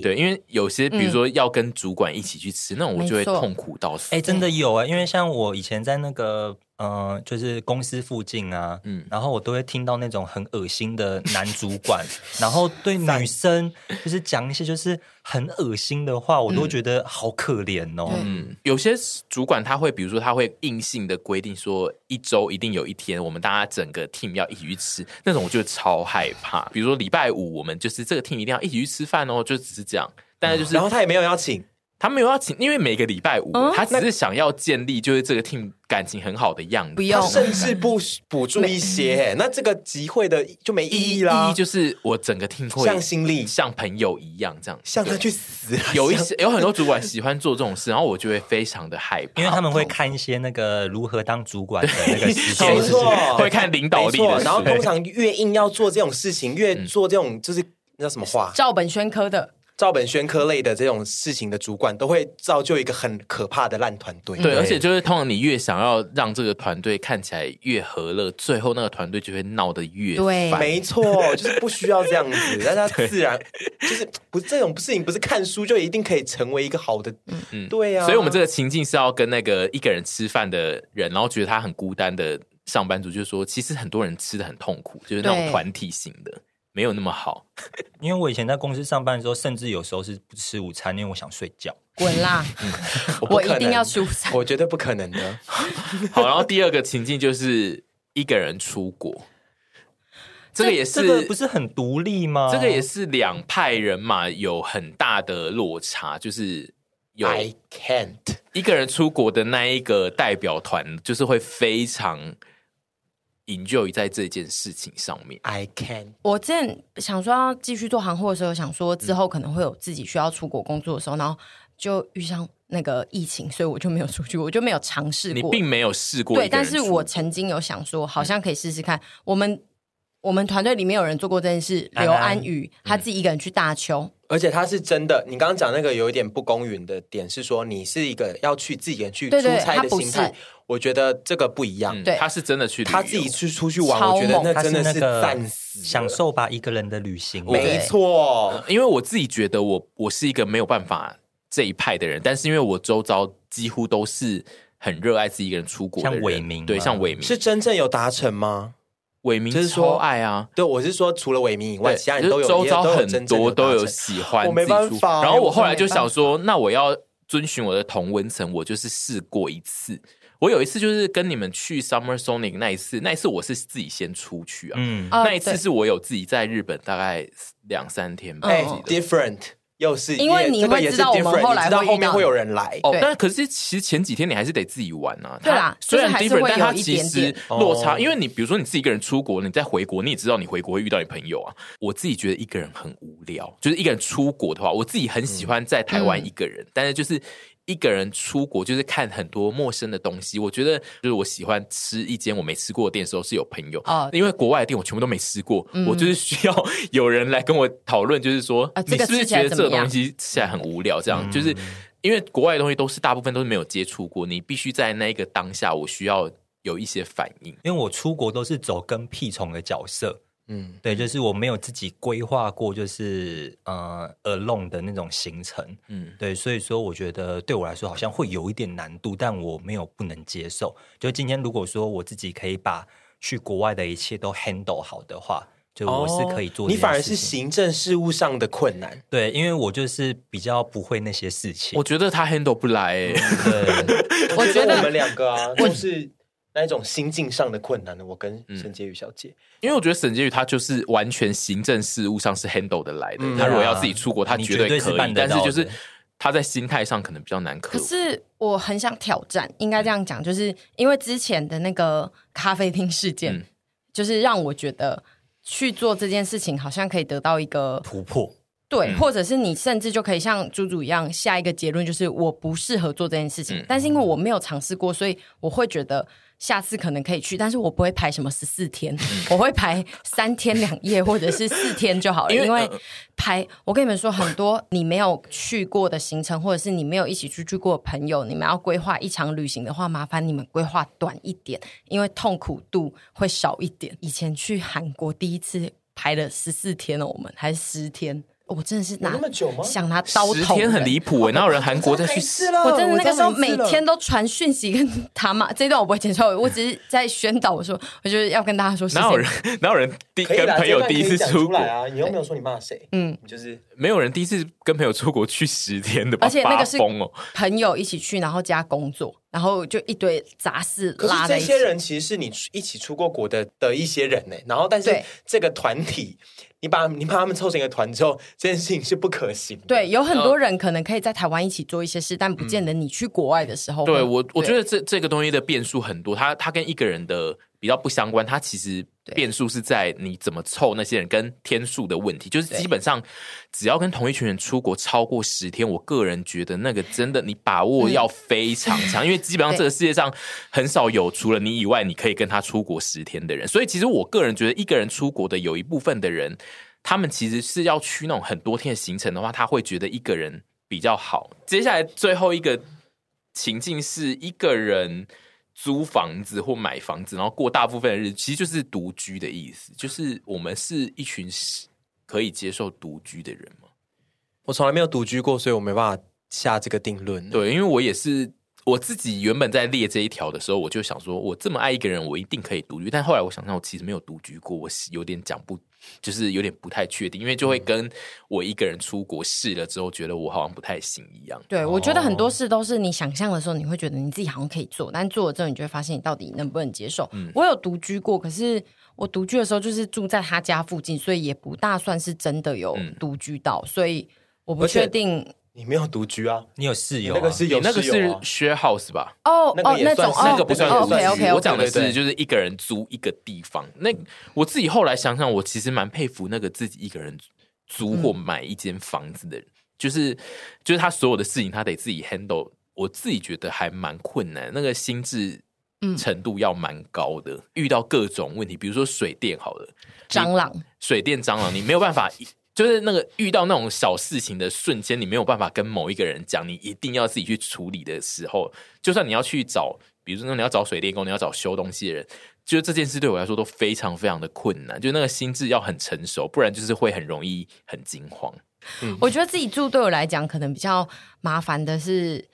S2: 对，因为有些比如说要跟主管一起去吃，那种我就会
S1: 没错
S2: 痛苦到死。
S4: 哎、真
S3: 嗯
S4: 的有啊、因为像我以前在那个呃，就是公司附近啊，嗯，然后我都会听到那种很恶心的男主 管，然后对女生就是讲一些就是很恶心的话，
S3: 嗯
S4: 我都觉得好可怜哦。
S2: 嗯，有些主管他会，比如说他会硬性的规定说，一周一定有一天，我们大家整个 team 要一起去吃，那种我就超害怕。比如说礼拜五，我们就是这个 team 一定要一起去吃饭哦，就只是这样。但是就是
S3: 然后他也没有邀请，
S2: 他没有要请，因为每个礼拜五，
S1: 嗯
S2: 他只是想要建立就是这个 team 感情很好的样子。
S1: 不
S3: 他
S1: 用
S3: 甚至不补助一些、哎那这个集会的就没意
S2: 意
S3: 义
S2: 义
S3: 啦。
S2: 意义就是我整个 team 会
S3: 向心力
S2: 像朋友一样这样。
S3: 向他 去死啊！
S2: 有一些有很多主管喜欢做这种事，然后我就会非常的害怕，
S4: 因为他们会看一些那个如何当主管的那 个实
S3: 没
S4: 践，
S3: 错
S2: 会看领导力
S3: 没错
S2: 的事，嗯
S3: 然后通常越硬要做这种事情，越做这种就是那叫什么话，
S1: 照本宣科的，
S3: 照本宣科类的这种事情的主管，都会造就一个很可怕的烂团队。
S2: 嗯对，
S4: 对
S2: 而且就是通常你越想要让这个团队看起来越和乐，最后那个团队就会闹得越
S1: 对
S2: 烦
S3: 没错，就是不需要这样子，大家 自然就是不这种事情，不是看书就一定可以成为一个好的，嗯，对啊。
S2: 所以我们这个情境是要跟那个一个人吃饭的人，然后觉得他很孤单的上班族，就是说其实很多人吃的很痛苦，就是那种
S1: 对
S2: 团体型的没有那么 好。
S4: 因为我以前在公司上班的时候，甚至有时候是不吃午餐，因为我想睡觉。
S1: 滚 啦！
S3: 不
S1: 我
S3: 可能
S1: 一定要疏散。
S3: 我觉得不可能的，
S2: 好，然后第二个情境就是一个人出国，这个也是
S4: 这个不是呃很独立吗？
S2: 这个也是两派人马有很大的落差，就是有
S3: I can't。
S2: 一个人出国的那一个代表团，就是会非常 enjoy 在这件事情上面。
S3: I can，
S1: 我之前想说要继续做行货的时候，想说之后可能会有自己需要出国工作的时候，然后就遇上那个疫情，所以我就没有出去，我就没有尝试
S2: 你
S1: 过。
S2: 并没有试过一个
S1: 对，
S2: 人
S1: 但是
S2: 出嗯
S1: 我曾经有想说，好像可以试试看。我们我们团队里面有人做过这件事，
S4: 安安
S1: 刘安宇
S2: 嗯
S1: 他自己一个人去大邱，
S3: 而且他是真的。你刚刚讲那个有一点不公允的点是说，你是一个要去自己人去出
S1: 对对
S3: 差
S1: 他
S3: 的
S1: 不
S3: 心态
S1: 是，
S3: 我觉得这个不一样。
S2: 嗯
S1: 对
S2: 他是真的去旅游
S3: 他自己去出去玩，
S1: 超
S3: 我觉得
S1: 猛
S3: 那
S4: 它
S3: 真的
S4: 那
S3: 是
S4: 个
S3: 赞死了，
S4: 享受吧一个人的旅行。
S3: 没错，
S2: 因为我自己觉得我我是一个没有办法这一派的人，但是因为我周遭几乎都是很热爱自己一个人出国的人，
S4: 像伟明
S2: 对，
S4: 吗
S2: 像伟明
S3: 是真正有达成吗？
S2: 伟明
S3: 就是说
S2: 超爱啊。
S3: 对，我是说除了伟明以外，
S2: 对，
S3: 其他
S2: 就
S3: 人
S2: 是
S3: 都有，
S2: 周遭
S3: 也有
S2: 很
S3: 真正
S2: 多
S3: 达成
S2: 都有喜欢
S3: 我没
S2: 自己出
S3: 办法
S2: 然后我
S3: 我
S2: 后来
S3: 没
S2: 就
S3: 办
S2: 想说，那我要遵循我的同温层，我就是试过一次。我有一次就是跟你们去 Summer Sonic 那一次，那一次我是自己先出去啊，
S4: 嗯，
S1: 哦
S2: 那一次
S1: 对
S2: 是我有自己在日本大概两三天吧。
S3: 哎
S1: 嗯
S3: ，different，又是
S1: 因为
S3: 也
S1: 你
S3: 这个
S1: 会
S3: 也
S1: 知
S3: 是
S1: 道我们
S3: different，
S1: 后来
S3: 你知道
S1: 会遇
S3: 后面
S1: 到
S3: 会有人来，
S2: 哦，
S1: 对
S2: 但可是其实前几天你还是得自己玩啊。
S1: 对
S2: 它
S1: 啦
S2: 虽然
S1: 就是还是
S2: different，
S1: 会
S2: 但它
S1: 有一
S2: 其
S1: 点
S2: 实
S1: 点
S2: 落差，
S3: 哦
S2: 因为你比如说你自己一个人出国，你在回国，你也知道你回国会遇到你朋友啊。我自己觉得一个人很无聊，就是一个人出国的话，我自己很喜欢在台湾一个
S1: 嗯
S2: 人，但是就是。一个人出国就是看很多陌生的东西，我觉得就是我喜欢吃一间我没吃过的店的时候是有朋友，
S1: 哦
S2: 因为国外的店我全部都没吃过，我就是需要有人来跟我讨论，就是说、
S1: 嗯啊
S2: 你
S1: 这个
S2: 是不是
S1: 吃起来
S2: 觉得这
S1: 怎么
S2: 个东
S1: 样
S2: 西吃起来很无聊，这样、
S4: 嗯
S2: 就是因为国外的东西都是大部分都是没有接触过，你必须在那一个当下，我需要有一些反应。
S4: 因为我出国都是走跟屁虫的角色，
S3: 嗯，
S4: 对，就是我没有自己规划过，就是呃 alone 的那种行程，
S2: 嗯，
S4: 对，所以说我觉得对我来说好像会有一点难度，但我没有不能接受。就今天如果说我自己可以把去国外的一切都 handle 好的话，就我是可以做
S3: 哦
S4: 这件事
S3: 你
S4: 情、
S3: 反而是行政事务上的困难，
S4: 对，因为我就是比较不会那些事情
S2: 我。觉得他 handle 不来、欸，
S4: 嗯对，
S1: 我觉得
S3: 我们两个啊，都是那一种心境上的困难的。我跟沈婕妤小姐，
S2: 因为我觉得沈婕妤她就是完全行政事务上是 handle 的来的，
S3: 嗯
S2: 她如果要自己出国，她
S4: 啊你
S2: 绝
S4: 绝对是
S2: 可以，
S4: 办得
S2: 但是
S4: 到
S2: 就是
S4: 的
S2: 她在心态上可能比较难克
S1: 可
S2: 服。
S1: 是我很想挑战，应该这样讲，就是因为之前的那个咖啡厅事件，
S2: 嗯
S1: 就是让我觉得去做这件事情好像可以得到一个
S4: 突破。
S1: 对，
S2: 嗯
S1: 或者是你甚至就可以像猪猪一样，嗯下一个结论就是我不适合做这件事情。但是因为我没有尝试过，所以我会觉得下次可能可以去，但是我不会排什么十四天， 我会排三天两夜或者是四天就好了。因为呃排，我跟你们说，很多你没有去过的行程，或者是你没有一起出去过的朋友，你们要规划一场旅行的话，麻烦你们规划短一点，因为痛苦度会少一点。以前去韩国第一次排了十四天哦，我们还是十天。我真的是拿
S3: 有那么久吗
S1: 想拿刀捅
S2: 十
S1: 人，
S2: 天很 离谱哎，哪有人韩国再去？
S3: 了
S1: 我真的那个时候
S3: 我知道
S1: 每
S3: 没事了
S1: 天都传讯息跟他妈，这一段我不会剪出来，我只是在宣导，我说我就是要跟大家说，
S2: 哪有人哪有人第
S3: 可以
S2: 跟
S3: 啦
S2: 朋友
S3: 这段
S2: 第一
S3: 可
S2: 次
S3: 以讲
S2: 出
S3: 出
S2: 国
S3: 来？啊，你又没有说你骂谁，嗯，就是
S2: 没有人第一次跟朋友出国去十天的吧？
S1: 而且那个是
S2: 发疯哦，
S1: 朋友一起去，然后加工作，然后就一堆杂事
S3: 可
S1: 拉
S3: 是
S1: 在
S3: 这
S1: 一起
S3: 些。人其实是你出一起出过国的的一些人呢、欸然后但是
S1: 对
S3: 这个团体，你把你把他们凑成一个团之后，这件事情是不可行的。
S1: 对，有很
S2: 嗯
S1: 多人可能可以在台湾一起做一些事，但不见得你去国外的时候会。
S2: 对我，我觉得这这个东西的变数很多，它它跟一个人的比较不相关，它其实
S1: 对
S2: 变数是在你怎么凑那些人跟天数的问题。就是
S1: 对
S2: 基本上，只要跟同一群人出国超过十天，我个人觉得那个真的你把握要非常强，因为基本上
S1: 嗯对
S2: 这个世界上很少有除了你以外，你可以跟他出国十天的人。所以其实我个人觉得，一个人出国的有一部分的人，他们其实是要去那种很多天的行程的话，他会觉得一个人比较好。接下来最后一个情境是一个人租房子或买房子，然后过大部分的日子，其实就是独居的意思。就是我们是一群可以接受独居的人嘛？
S3: 我从来没有独居过，所以我没办法下这个定论。，
S2: 对，因为我也是我自己原本在列这一条的时候，我就想说，我这么爱一个人，我一定可以独居。但后来我想想，我其实没有独居过，我是有点讲不，就是有点不太确定，因为就
S3: 嗯
S2: 会跟我一个人出国试了之后，觉得我好像不太行一样。
S1: 对，我觉得
S3: 哦
S1: 很多事都是你想象的时候，你会觉得你自己好像可以做，但做了之后，你就会发现你到底能不能接受。
S3: 嗯
S1: 我有独居过，可是我独居的时候就是住在他家附近，所以也不大算是真的有独居到，所以我不
S3: 嗯而且
S1: 确定。
S3: 你没有独居啊，
S4: 你有室
S3: 你
S4: 友、啊？
S3: 那个是
S2: 你
S3: 有
S2: 那个
S3: 室友
S2: 是
S3: 啊
S2: share house 吧？
S1: 哦
S3: 那个
S1: 哦，
S3: 也
S1: 那
S3: 算
S1: 种
S3: 是
S1: 哦，
S2: 那个不算
S3: 有
S1: OK
S3: 算是
S1: OK，
S2: 我讲的
S3: 对
S2: 是
S3: 对对
S2: 就是一个人租一个地方。那我自己后来想想，我其实蛮佩服那个自己一个人租或买一间房子的人，就是就是他所有的事情他得自己 handle。我自己觉得还蛮困难，那个心智程度要蛮高的。遇到各种问题，比如说水电好了，
S1: 蟑螂，
S2: 水电蟑螂，你没有办法一，就是那个遇到那种小事情的瞬间，你没有办法跟某一个人讲，你一定要自己去处理的时候，就算你要去找，比如说你要找水电工，你要找修东西的人，就是这件事对我来说都非常非常的困难，就是那个心智要很成熟，不然就是会很容易很惊慌。
S1: 我觉得自己住对我来讲可能比较麻烦的是，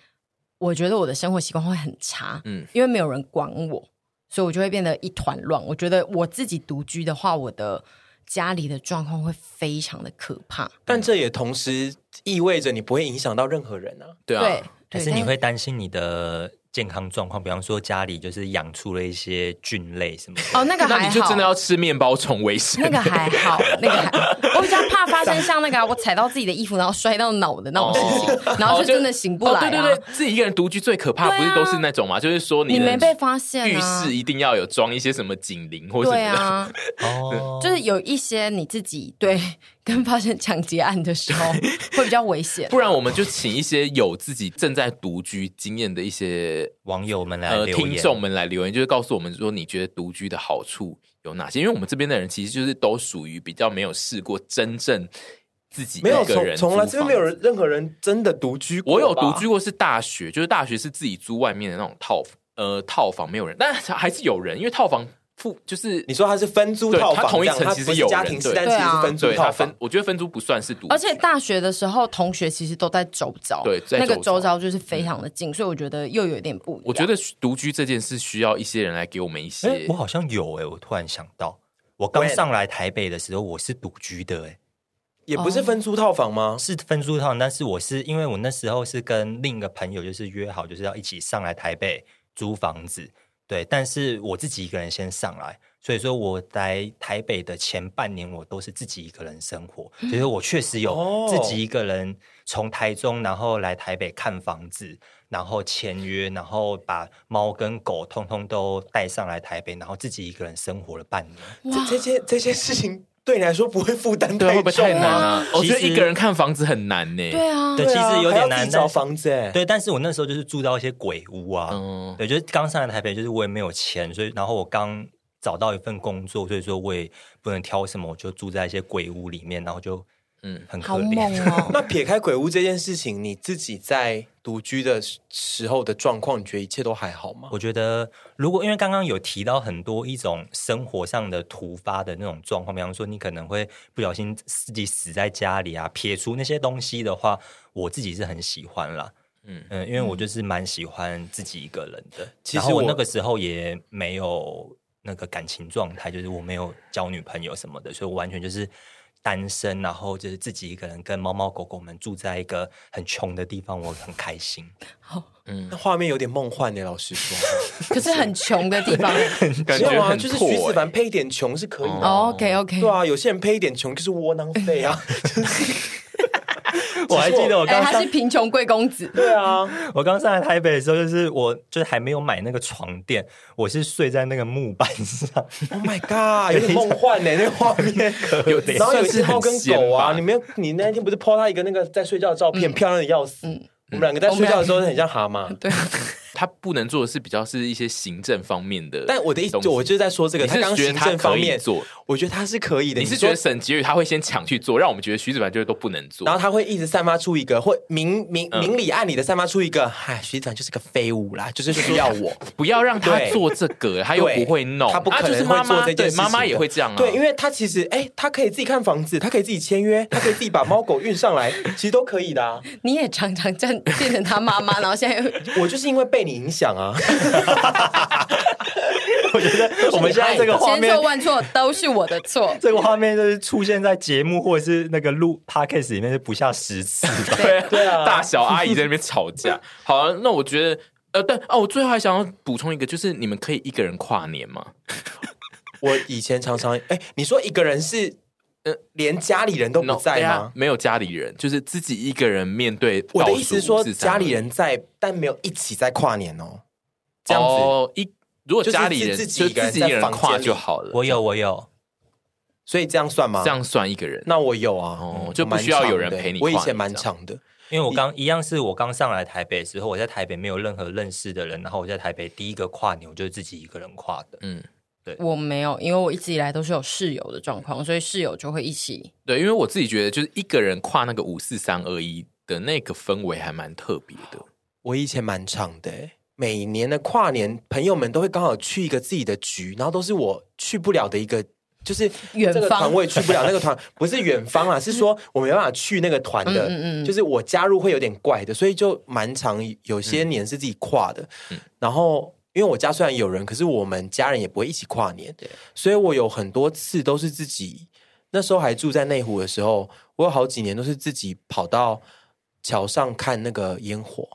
S1: 我觉得我的生活习惯会很差，
S2: 嗯
S1: 嗯，因为没有人管我，所以我就会变得一团乱。我觉得我自己独居的话，我的家里的状况会非常的可怕，
S3: 但这也同时意味着你不会影响到任何人啊。
S2: 对啊，
S1: 对，
S4: 还
S1: 对，
S4: 是
S1: 但
S4: 你会担心你的健康状况，比方说家里就是养出了一些菌类什么的。
S1: 哦，那个
S2: 那
S1: 还
S2: 你就
S1: 好
S2: 真的。要吃面包虫为生。
S1: 那个还好，那个还，我比较怕发生像那个啊、我踩到自己的衣服，然后摔到脑的那种事情，然后就真的醒不来、啊
S2: 哦哦，对对对，自己一个人独居最可怕，
S1: 对啊
S2: 不是都是那种嘛？就是说你
S1: 你
S2: 的
S1: 没被发现、啊，
S2: 浴室一定要有装一些什么警铃或什么
S1: 对
S2: 的。
S1: 啊，
S4: 哦，
S1: 就是有一些你自己对跟发生抢劫案的时候会比较危险。
S2: 不然我们就请一些有自己正在独居经验的一些
S4: 网友们
S3: 哎
S4: 来
S2: 呃
S4: 留言，
S2: 听众们来留言，就是告诉我们说你觉得独居的好处有哪些？因为我们这边的人其实就是都属于比较没有试过真正自己一
S3: 没有
S2: 个
S3: 从
S2: 人
S3: 从来
S2: 租
S3: 这边没有
S2: 房
S3: 人任何人真的独居过。
S2: 我有独居，过，是大学，就是大学是自己租外面的那种套呃套房，没有人，但还是有人，因为套房付就是
S3: 你说他是分租
S2: 对
S3: 套
S2: 他
S3: 房这样，
S2: 同一层
S3: 他
S2: 其
S3: 不
S2: 实
S3: 是
S2: 有
S3: 家
S2: 人
S3: 庭式
S2: 对，
S3: 但其实
S1: 对
S3: 是
S1: 啊
S3: 分租
S2: 对
S3: 套
S2: 他
S3: 房
S2: 分，。我觉得分租不算是独居，
S1: 而且大学的时候，同学其实都在周遭，
S2: 对在
S1: 那个
S2: 周遭
S1: 周遭就是非常的近，所以我觉得又有点不一样。
S2: 我觉得独居这件事需要一些人来给我们一些。
S4: 哎，我好像有哎、我突然想到，我刚
S3: When？
S4: 上来台北的时候，我是独居的哎、
S3: 也不是分租套房吗？
S4: 是分租套，但是我是因为我那时候是跟另一个朋友就是约好，就是要一起上来台北租房子，对，但是我自己一个人先上来，所以说我来台北的前半年我都是自己一个人生活，所以说我确实
S3: 嗯哦
S4: 有自己一个人从台中然后来台北看房子，然后签约，然后把猫跟狗通通都带上来台北，然后自己一个人生活了半年。
S3: 这这些这些事情对你来说不会负担
S2: 对，会不会太
S3: 重
S2: 难
S3: 啊？
S2: 啊？我觉得
S4: 其实
S2: 一个人看房子很难呢。
S1: 对啊，
S4: 对
S3: 对啊
S4: 其实有点
S3: 还要
S4: 难
S3: 自己
S4: 但
S3: 找
S4: 是
S3: 房子哎。
S4: 对，但是我那时候就是住到一些鬼屋啊，
S2: 嗯
S4: 对，就是刚上来台北，就是我也没有钱，所以然后我刚找到一份工作，所以说我也不能挑什么，我就住在一些鬼屋里面，然后就
S2: 嗯
S4: 嗯很可
S1: 好
S4: 怜。
S1: 猛哦、
S3: 那撇开鬼屋这件事情，你自己在独居的时候的状况，你觉得一切都还好
S2: 嗯
S3: 吗？
S4: 我觉得，如果因为刚刚有提到很多一种生活上的突发的那种状况，比方说你可能会不小心自己死在家里啊，撇除那些东西的话，我自己是很喜欢啦。
S2: 嗯
S4: 嗯因为我就是蛮喜欢自己一个人的。
S3: 其
S4: 然
S3: 实
S4: 后
S3: 我
S4: 我那个时候也没有那个感情状态，就是我没有交女朋友什么的，所以我完全就是单身，然后就是自己一个人跟猫猫狗狗们住在一个很穷的地方，我很开心。
S3: 那画面有点梦幻欸呢，老实说。
S1: 可是很穷的地方。
S2: 感
S3: 没有
S2: 觉
S3: 啊，
S2: 很
S3: 就是
S2: 破
S3: 徐子
S2: 欸。哦
S3: 凡配一点穷是可以的啊。
S4: 哦
S1: OK OK，
S3: 对啊，有些人配一点穷就是窝囊废 啊。
S4: 我还记得我
S1: 哎、
S4: 刚
S1: 他
S4: 上
S1: 是贫穷贵公子，
S3: 对啊，
S4: 我刚上来台北的时候，就是我就是还没有买那个床垫，我是睡在那个木板 上。
S3: Oh my god，有点梦幻呢、那个画面。
S2: 有点
S3: 然后有一只猫跟狗
S2: 算是很闲吧嗯
S3: 啊，你没有，你那天不是 po 它一个那个在睡觉的照片，漂亮的要死。我们两个在睡觉的时候很像蛤蟆，
S1: 对，啊
S2: 他不能做的是比较是一些行政方面的东西，
S3: 但我的意思，我就是在说这个，
S2: 你
S3: 他
S2: 是
S3: 刚
S2: 觉得
S3: 行
S2: 他
S3: 政方
S2: 可以
S3: 面
S2: 做，
S3: 我觉得他是可以的。
S2: 你是
S3: 说
S2: 觉得沈婕妤他会先抢去做，让我们觉得徐子凡就是都不能做，
S3: 然后他会一直散发出一个，会明明
S2: 嗯
S3: 明里暗里的散发出一个，嗨，徐长就是个废物啦，就是需要我。
S2: 不要让他
S3: 对
S2: 做这个，欸他又
S3: 对
S2: 不会弄，
S3: 他不
S2: 啊
S3: 可
S2: 就是
S3: 能
S2: 妈
S3: 会做
S2: 妈
S3: 这件
S2: 对
S3: 事情的。
S2: 妈妈也会这样啊，
S3: 对，因为他其实，哎，他可以自己看房子，他可以自己签约，他可以自己把猫狗运上来，其实都可以的啊。
S1: 你也常常站变成他妈妈，然后现在 又
S3: 我就是因为被你影响啊，
S4: 我觉得我们现在这个画
S1: 千
S4: 面。
S1: 错，万错都是我的错
S4: 这个画面就是出现在节目或者是那个录 podcast 里面是不下十次吧。
S2: 对
S3: 对啊
S2: 大小阿姨在那边吵 架。好、啊，那我觉得。呃，对哦，我最后还想要补充一个，就是你们可以一个人跨年吗？
S3: 我以前常常，哎，你说一个人是，呃，连家里人都不
S2: No，
S3: 在
S2: 对啊
S3: 吗？
S2: 没有家里人，就是自己一个人面对倒数
S3: 我
S2: 53而已。
S3: 的意思是说，家里人在，但没有一起在跨年哦，这样子。
S2: 哦，一如果
S3: 就是
S2: 家里人
S3: 自己
S2: 就
S3: 一个人
S2: 自己一个
S3: 在
S2: 人
S3: 房间
S2: 跨
S3: 里
S2: 就好了，
S4: 我有，我有，
S3: 所以这样算吗？
S2: 这样算一个人。
S3: 那我有啊，
S2: 哦
S3: 嗯
S2: 就不需要有人陪你
S3: 我蛮长的我以
S2: 跨
S3: 前
S2: 年
S3: 蛮
S2: 这样
S3: 长的，
S4: 因为我刚一样是我刚上来台北的时候，我在台北没有任何认识的人，然后我在台北第一个跨年，我就是自己一个人跨的。
S2: 嗯，
S1: 我没有，因为我一直以来都是有室友的状况，所以室友就会一起。
S2: 对，因为我自己觉得，就是一个人跨那个五四三二一的那个氛围还蛮特别的。
S3: 我以前蛮长的、欸。每年的跨年，朋友们都会刚好去一个自己的局，然后都是我去不了的一个，就是
S1: 远
S3: 这个
S1: 方嗯
S3: 团我也去不了，那个团不是远方啦，是说我没办法去那个团的，
S1: 嗯嗯嗯
S3: 就是我加入会有点怪的，所以就蛮长，有些年是自己跨的。
S1: 嗯
S3: 然后因为我家虽然有人，可是我们家人也不会一起跨年，所以我有很多次都是自己。那时候还住在内湖的时候，我有好几年都是自己跑到桥上看那个烟火。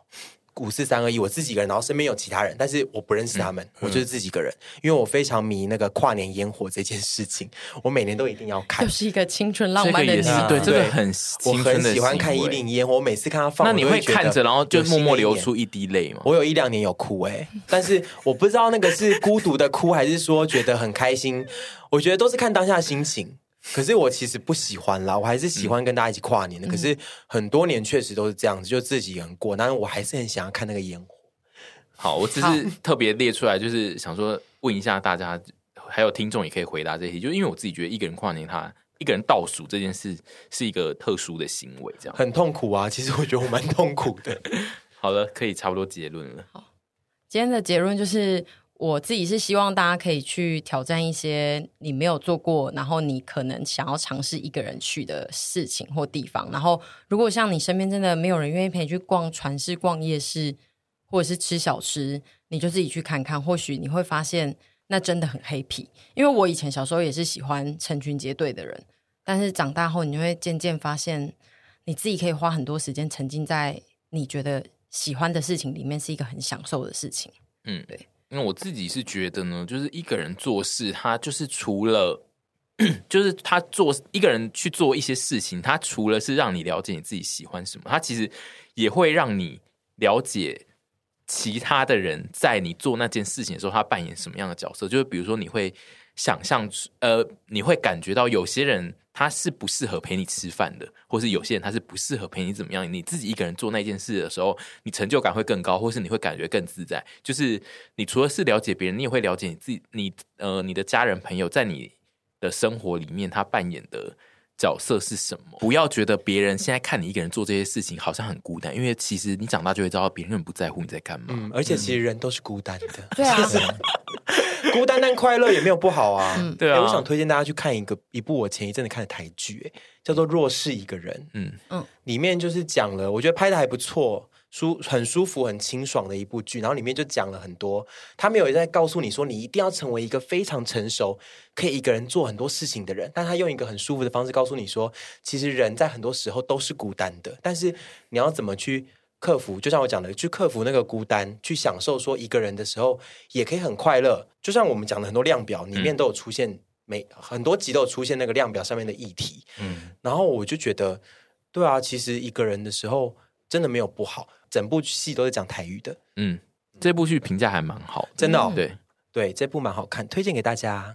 S3: 五四三二一，我自己一个人，然后身边有其他人，但是我不认识他们，
S2: 嗯
S3: 我就是自己一个人，因为我非常迷那个跨年烟火这件事情，我每年都一定要看
S1: 又。是一个青春浪
S2: 这个
S1: 漫的
S2: 也
S1: 你
S2: 是，
S1: 对
S2: 对，这个
S3: 对
S2: 很
S3: 我
S2: 青春
S3: 很
S2: 的
S3: 喜欢看
S2: 行
S3: 一
S2: 为
S3: 零烟火，我每次看他放，
S2: 那你
S3: 我都
S2: 会
S3: 会觉得
S2: 看着，然后就
S3: 有新
S2: 默默
S3: 的一
S2: 流
S3: 年
S2: 出一滴泪吗？
S3: 我有一两年有哭哎、但是我不知道那个是孤独的哭，还是说觉得很开心。我觉得都是看当下心情。可是我其实不喜欢啦，我还是喜欢跟大家一起跨年的。可是很多年确实都是这样子，就自己一个人过，但是我还是很想要看那个烟火。
S2: 好，我只
S1: 好
S2: 是特别列出来，就是想说问一下大家，还有听众也可以回答这些，就因为我自己觉得一个人跨年他。一个人倒数这件事是一个特殊的行为，这样
S3: 很痛苦啊，其实我觉得我蛮痛苦的。
S2: 好了，可以差不多结论了。
S1: 今天的结论就是，我自己是希望大家可以去挑战一些你没有做过，然后你可能想要尝试一个人去的事情或地方。然后，如果像你身边真的没有人愿意陪你去逛船市、逛夜市，或者是吃小吃，你就自己去看看，或许你会发现那真的很黑皮。因为我以前小时候也是喜欢成群结队的人，但是长大后你就会渐渐发现，你自己可以花很多时间沉浸在你觉得喜欢的事情里面，是一个很享受的事情。
S2: 嗯，
S1: 对。
S2: 那我自己是觉得呢，就是一个人做事，他就是除了，就是他做一个人去做一些事情，他除了是让你了解你自己喜欢什么，他其实也会让你了解其他的人在你做那件事情的时候，他扮演什么样的角色。就是比如说，你会想象出，呃，你会感觉到有些人他是不适合陪你吃饭的，或是有些人他是不适合陪你怎么样。你自己一个人做那件事的时候，你成就感会更高，或是你会感觉更自在。就是你除了是了解别人，你也会了解你自己，你呃，你的家人朋友在你的生活里面他扮演的。角色是什么？不要觉得别人现在看你一个人做这些事情好像很孤单，因为其实你长大就会知道别人很不在乎你在干嘛。
S3: 嗯，而且其实人都是孤单的，
S1: 对 啊，
S3: 孤单但快乐也没有不好啊。
S1: 嗯
S2: 对啊
S3: 哎我想推荐大家去看一个一部我前一阵子看的台剧，哎叫做《弱势一个人》。
S2: 嗯
S3: 里面就是讲了，我觉得拍的还不错，舒很舒服、很清爽的一部剧。然后里面就讲了很多，他没有在告诉你说你一定要成为一个非常成熟、可以一个人做很多事情的人，但他用一个很舒服的方式告诉你说，其实人在很多时候都是孤单的，但是你要怎么去？克服，就像我讲的，去克服那个孤单，去享受说一个人的时候也可以很快乐。就像我们讲的很多量表里面都有出现，每很多集都有出现那个量表上面的议题。
S4: 嗯，
S3: 然后我就觉得，对啊，其实一个人的时候真的没有不好，整部戏都是讲台语的，
S2: 嗯，这部剧评价还蛮好的，
S3: 真的、哦
S2: 对。
S3: 对，这部蛮好看，推荐给大家。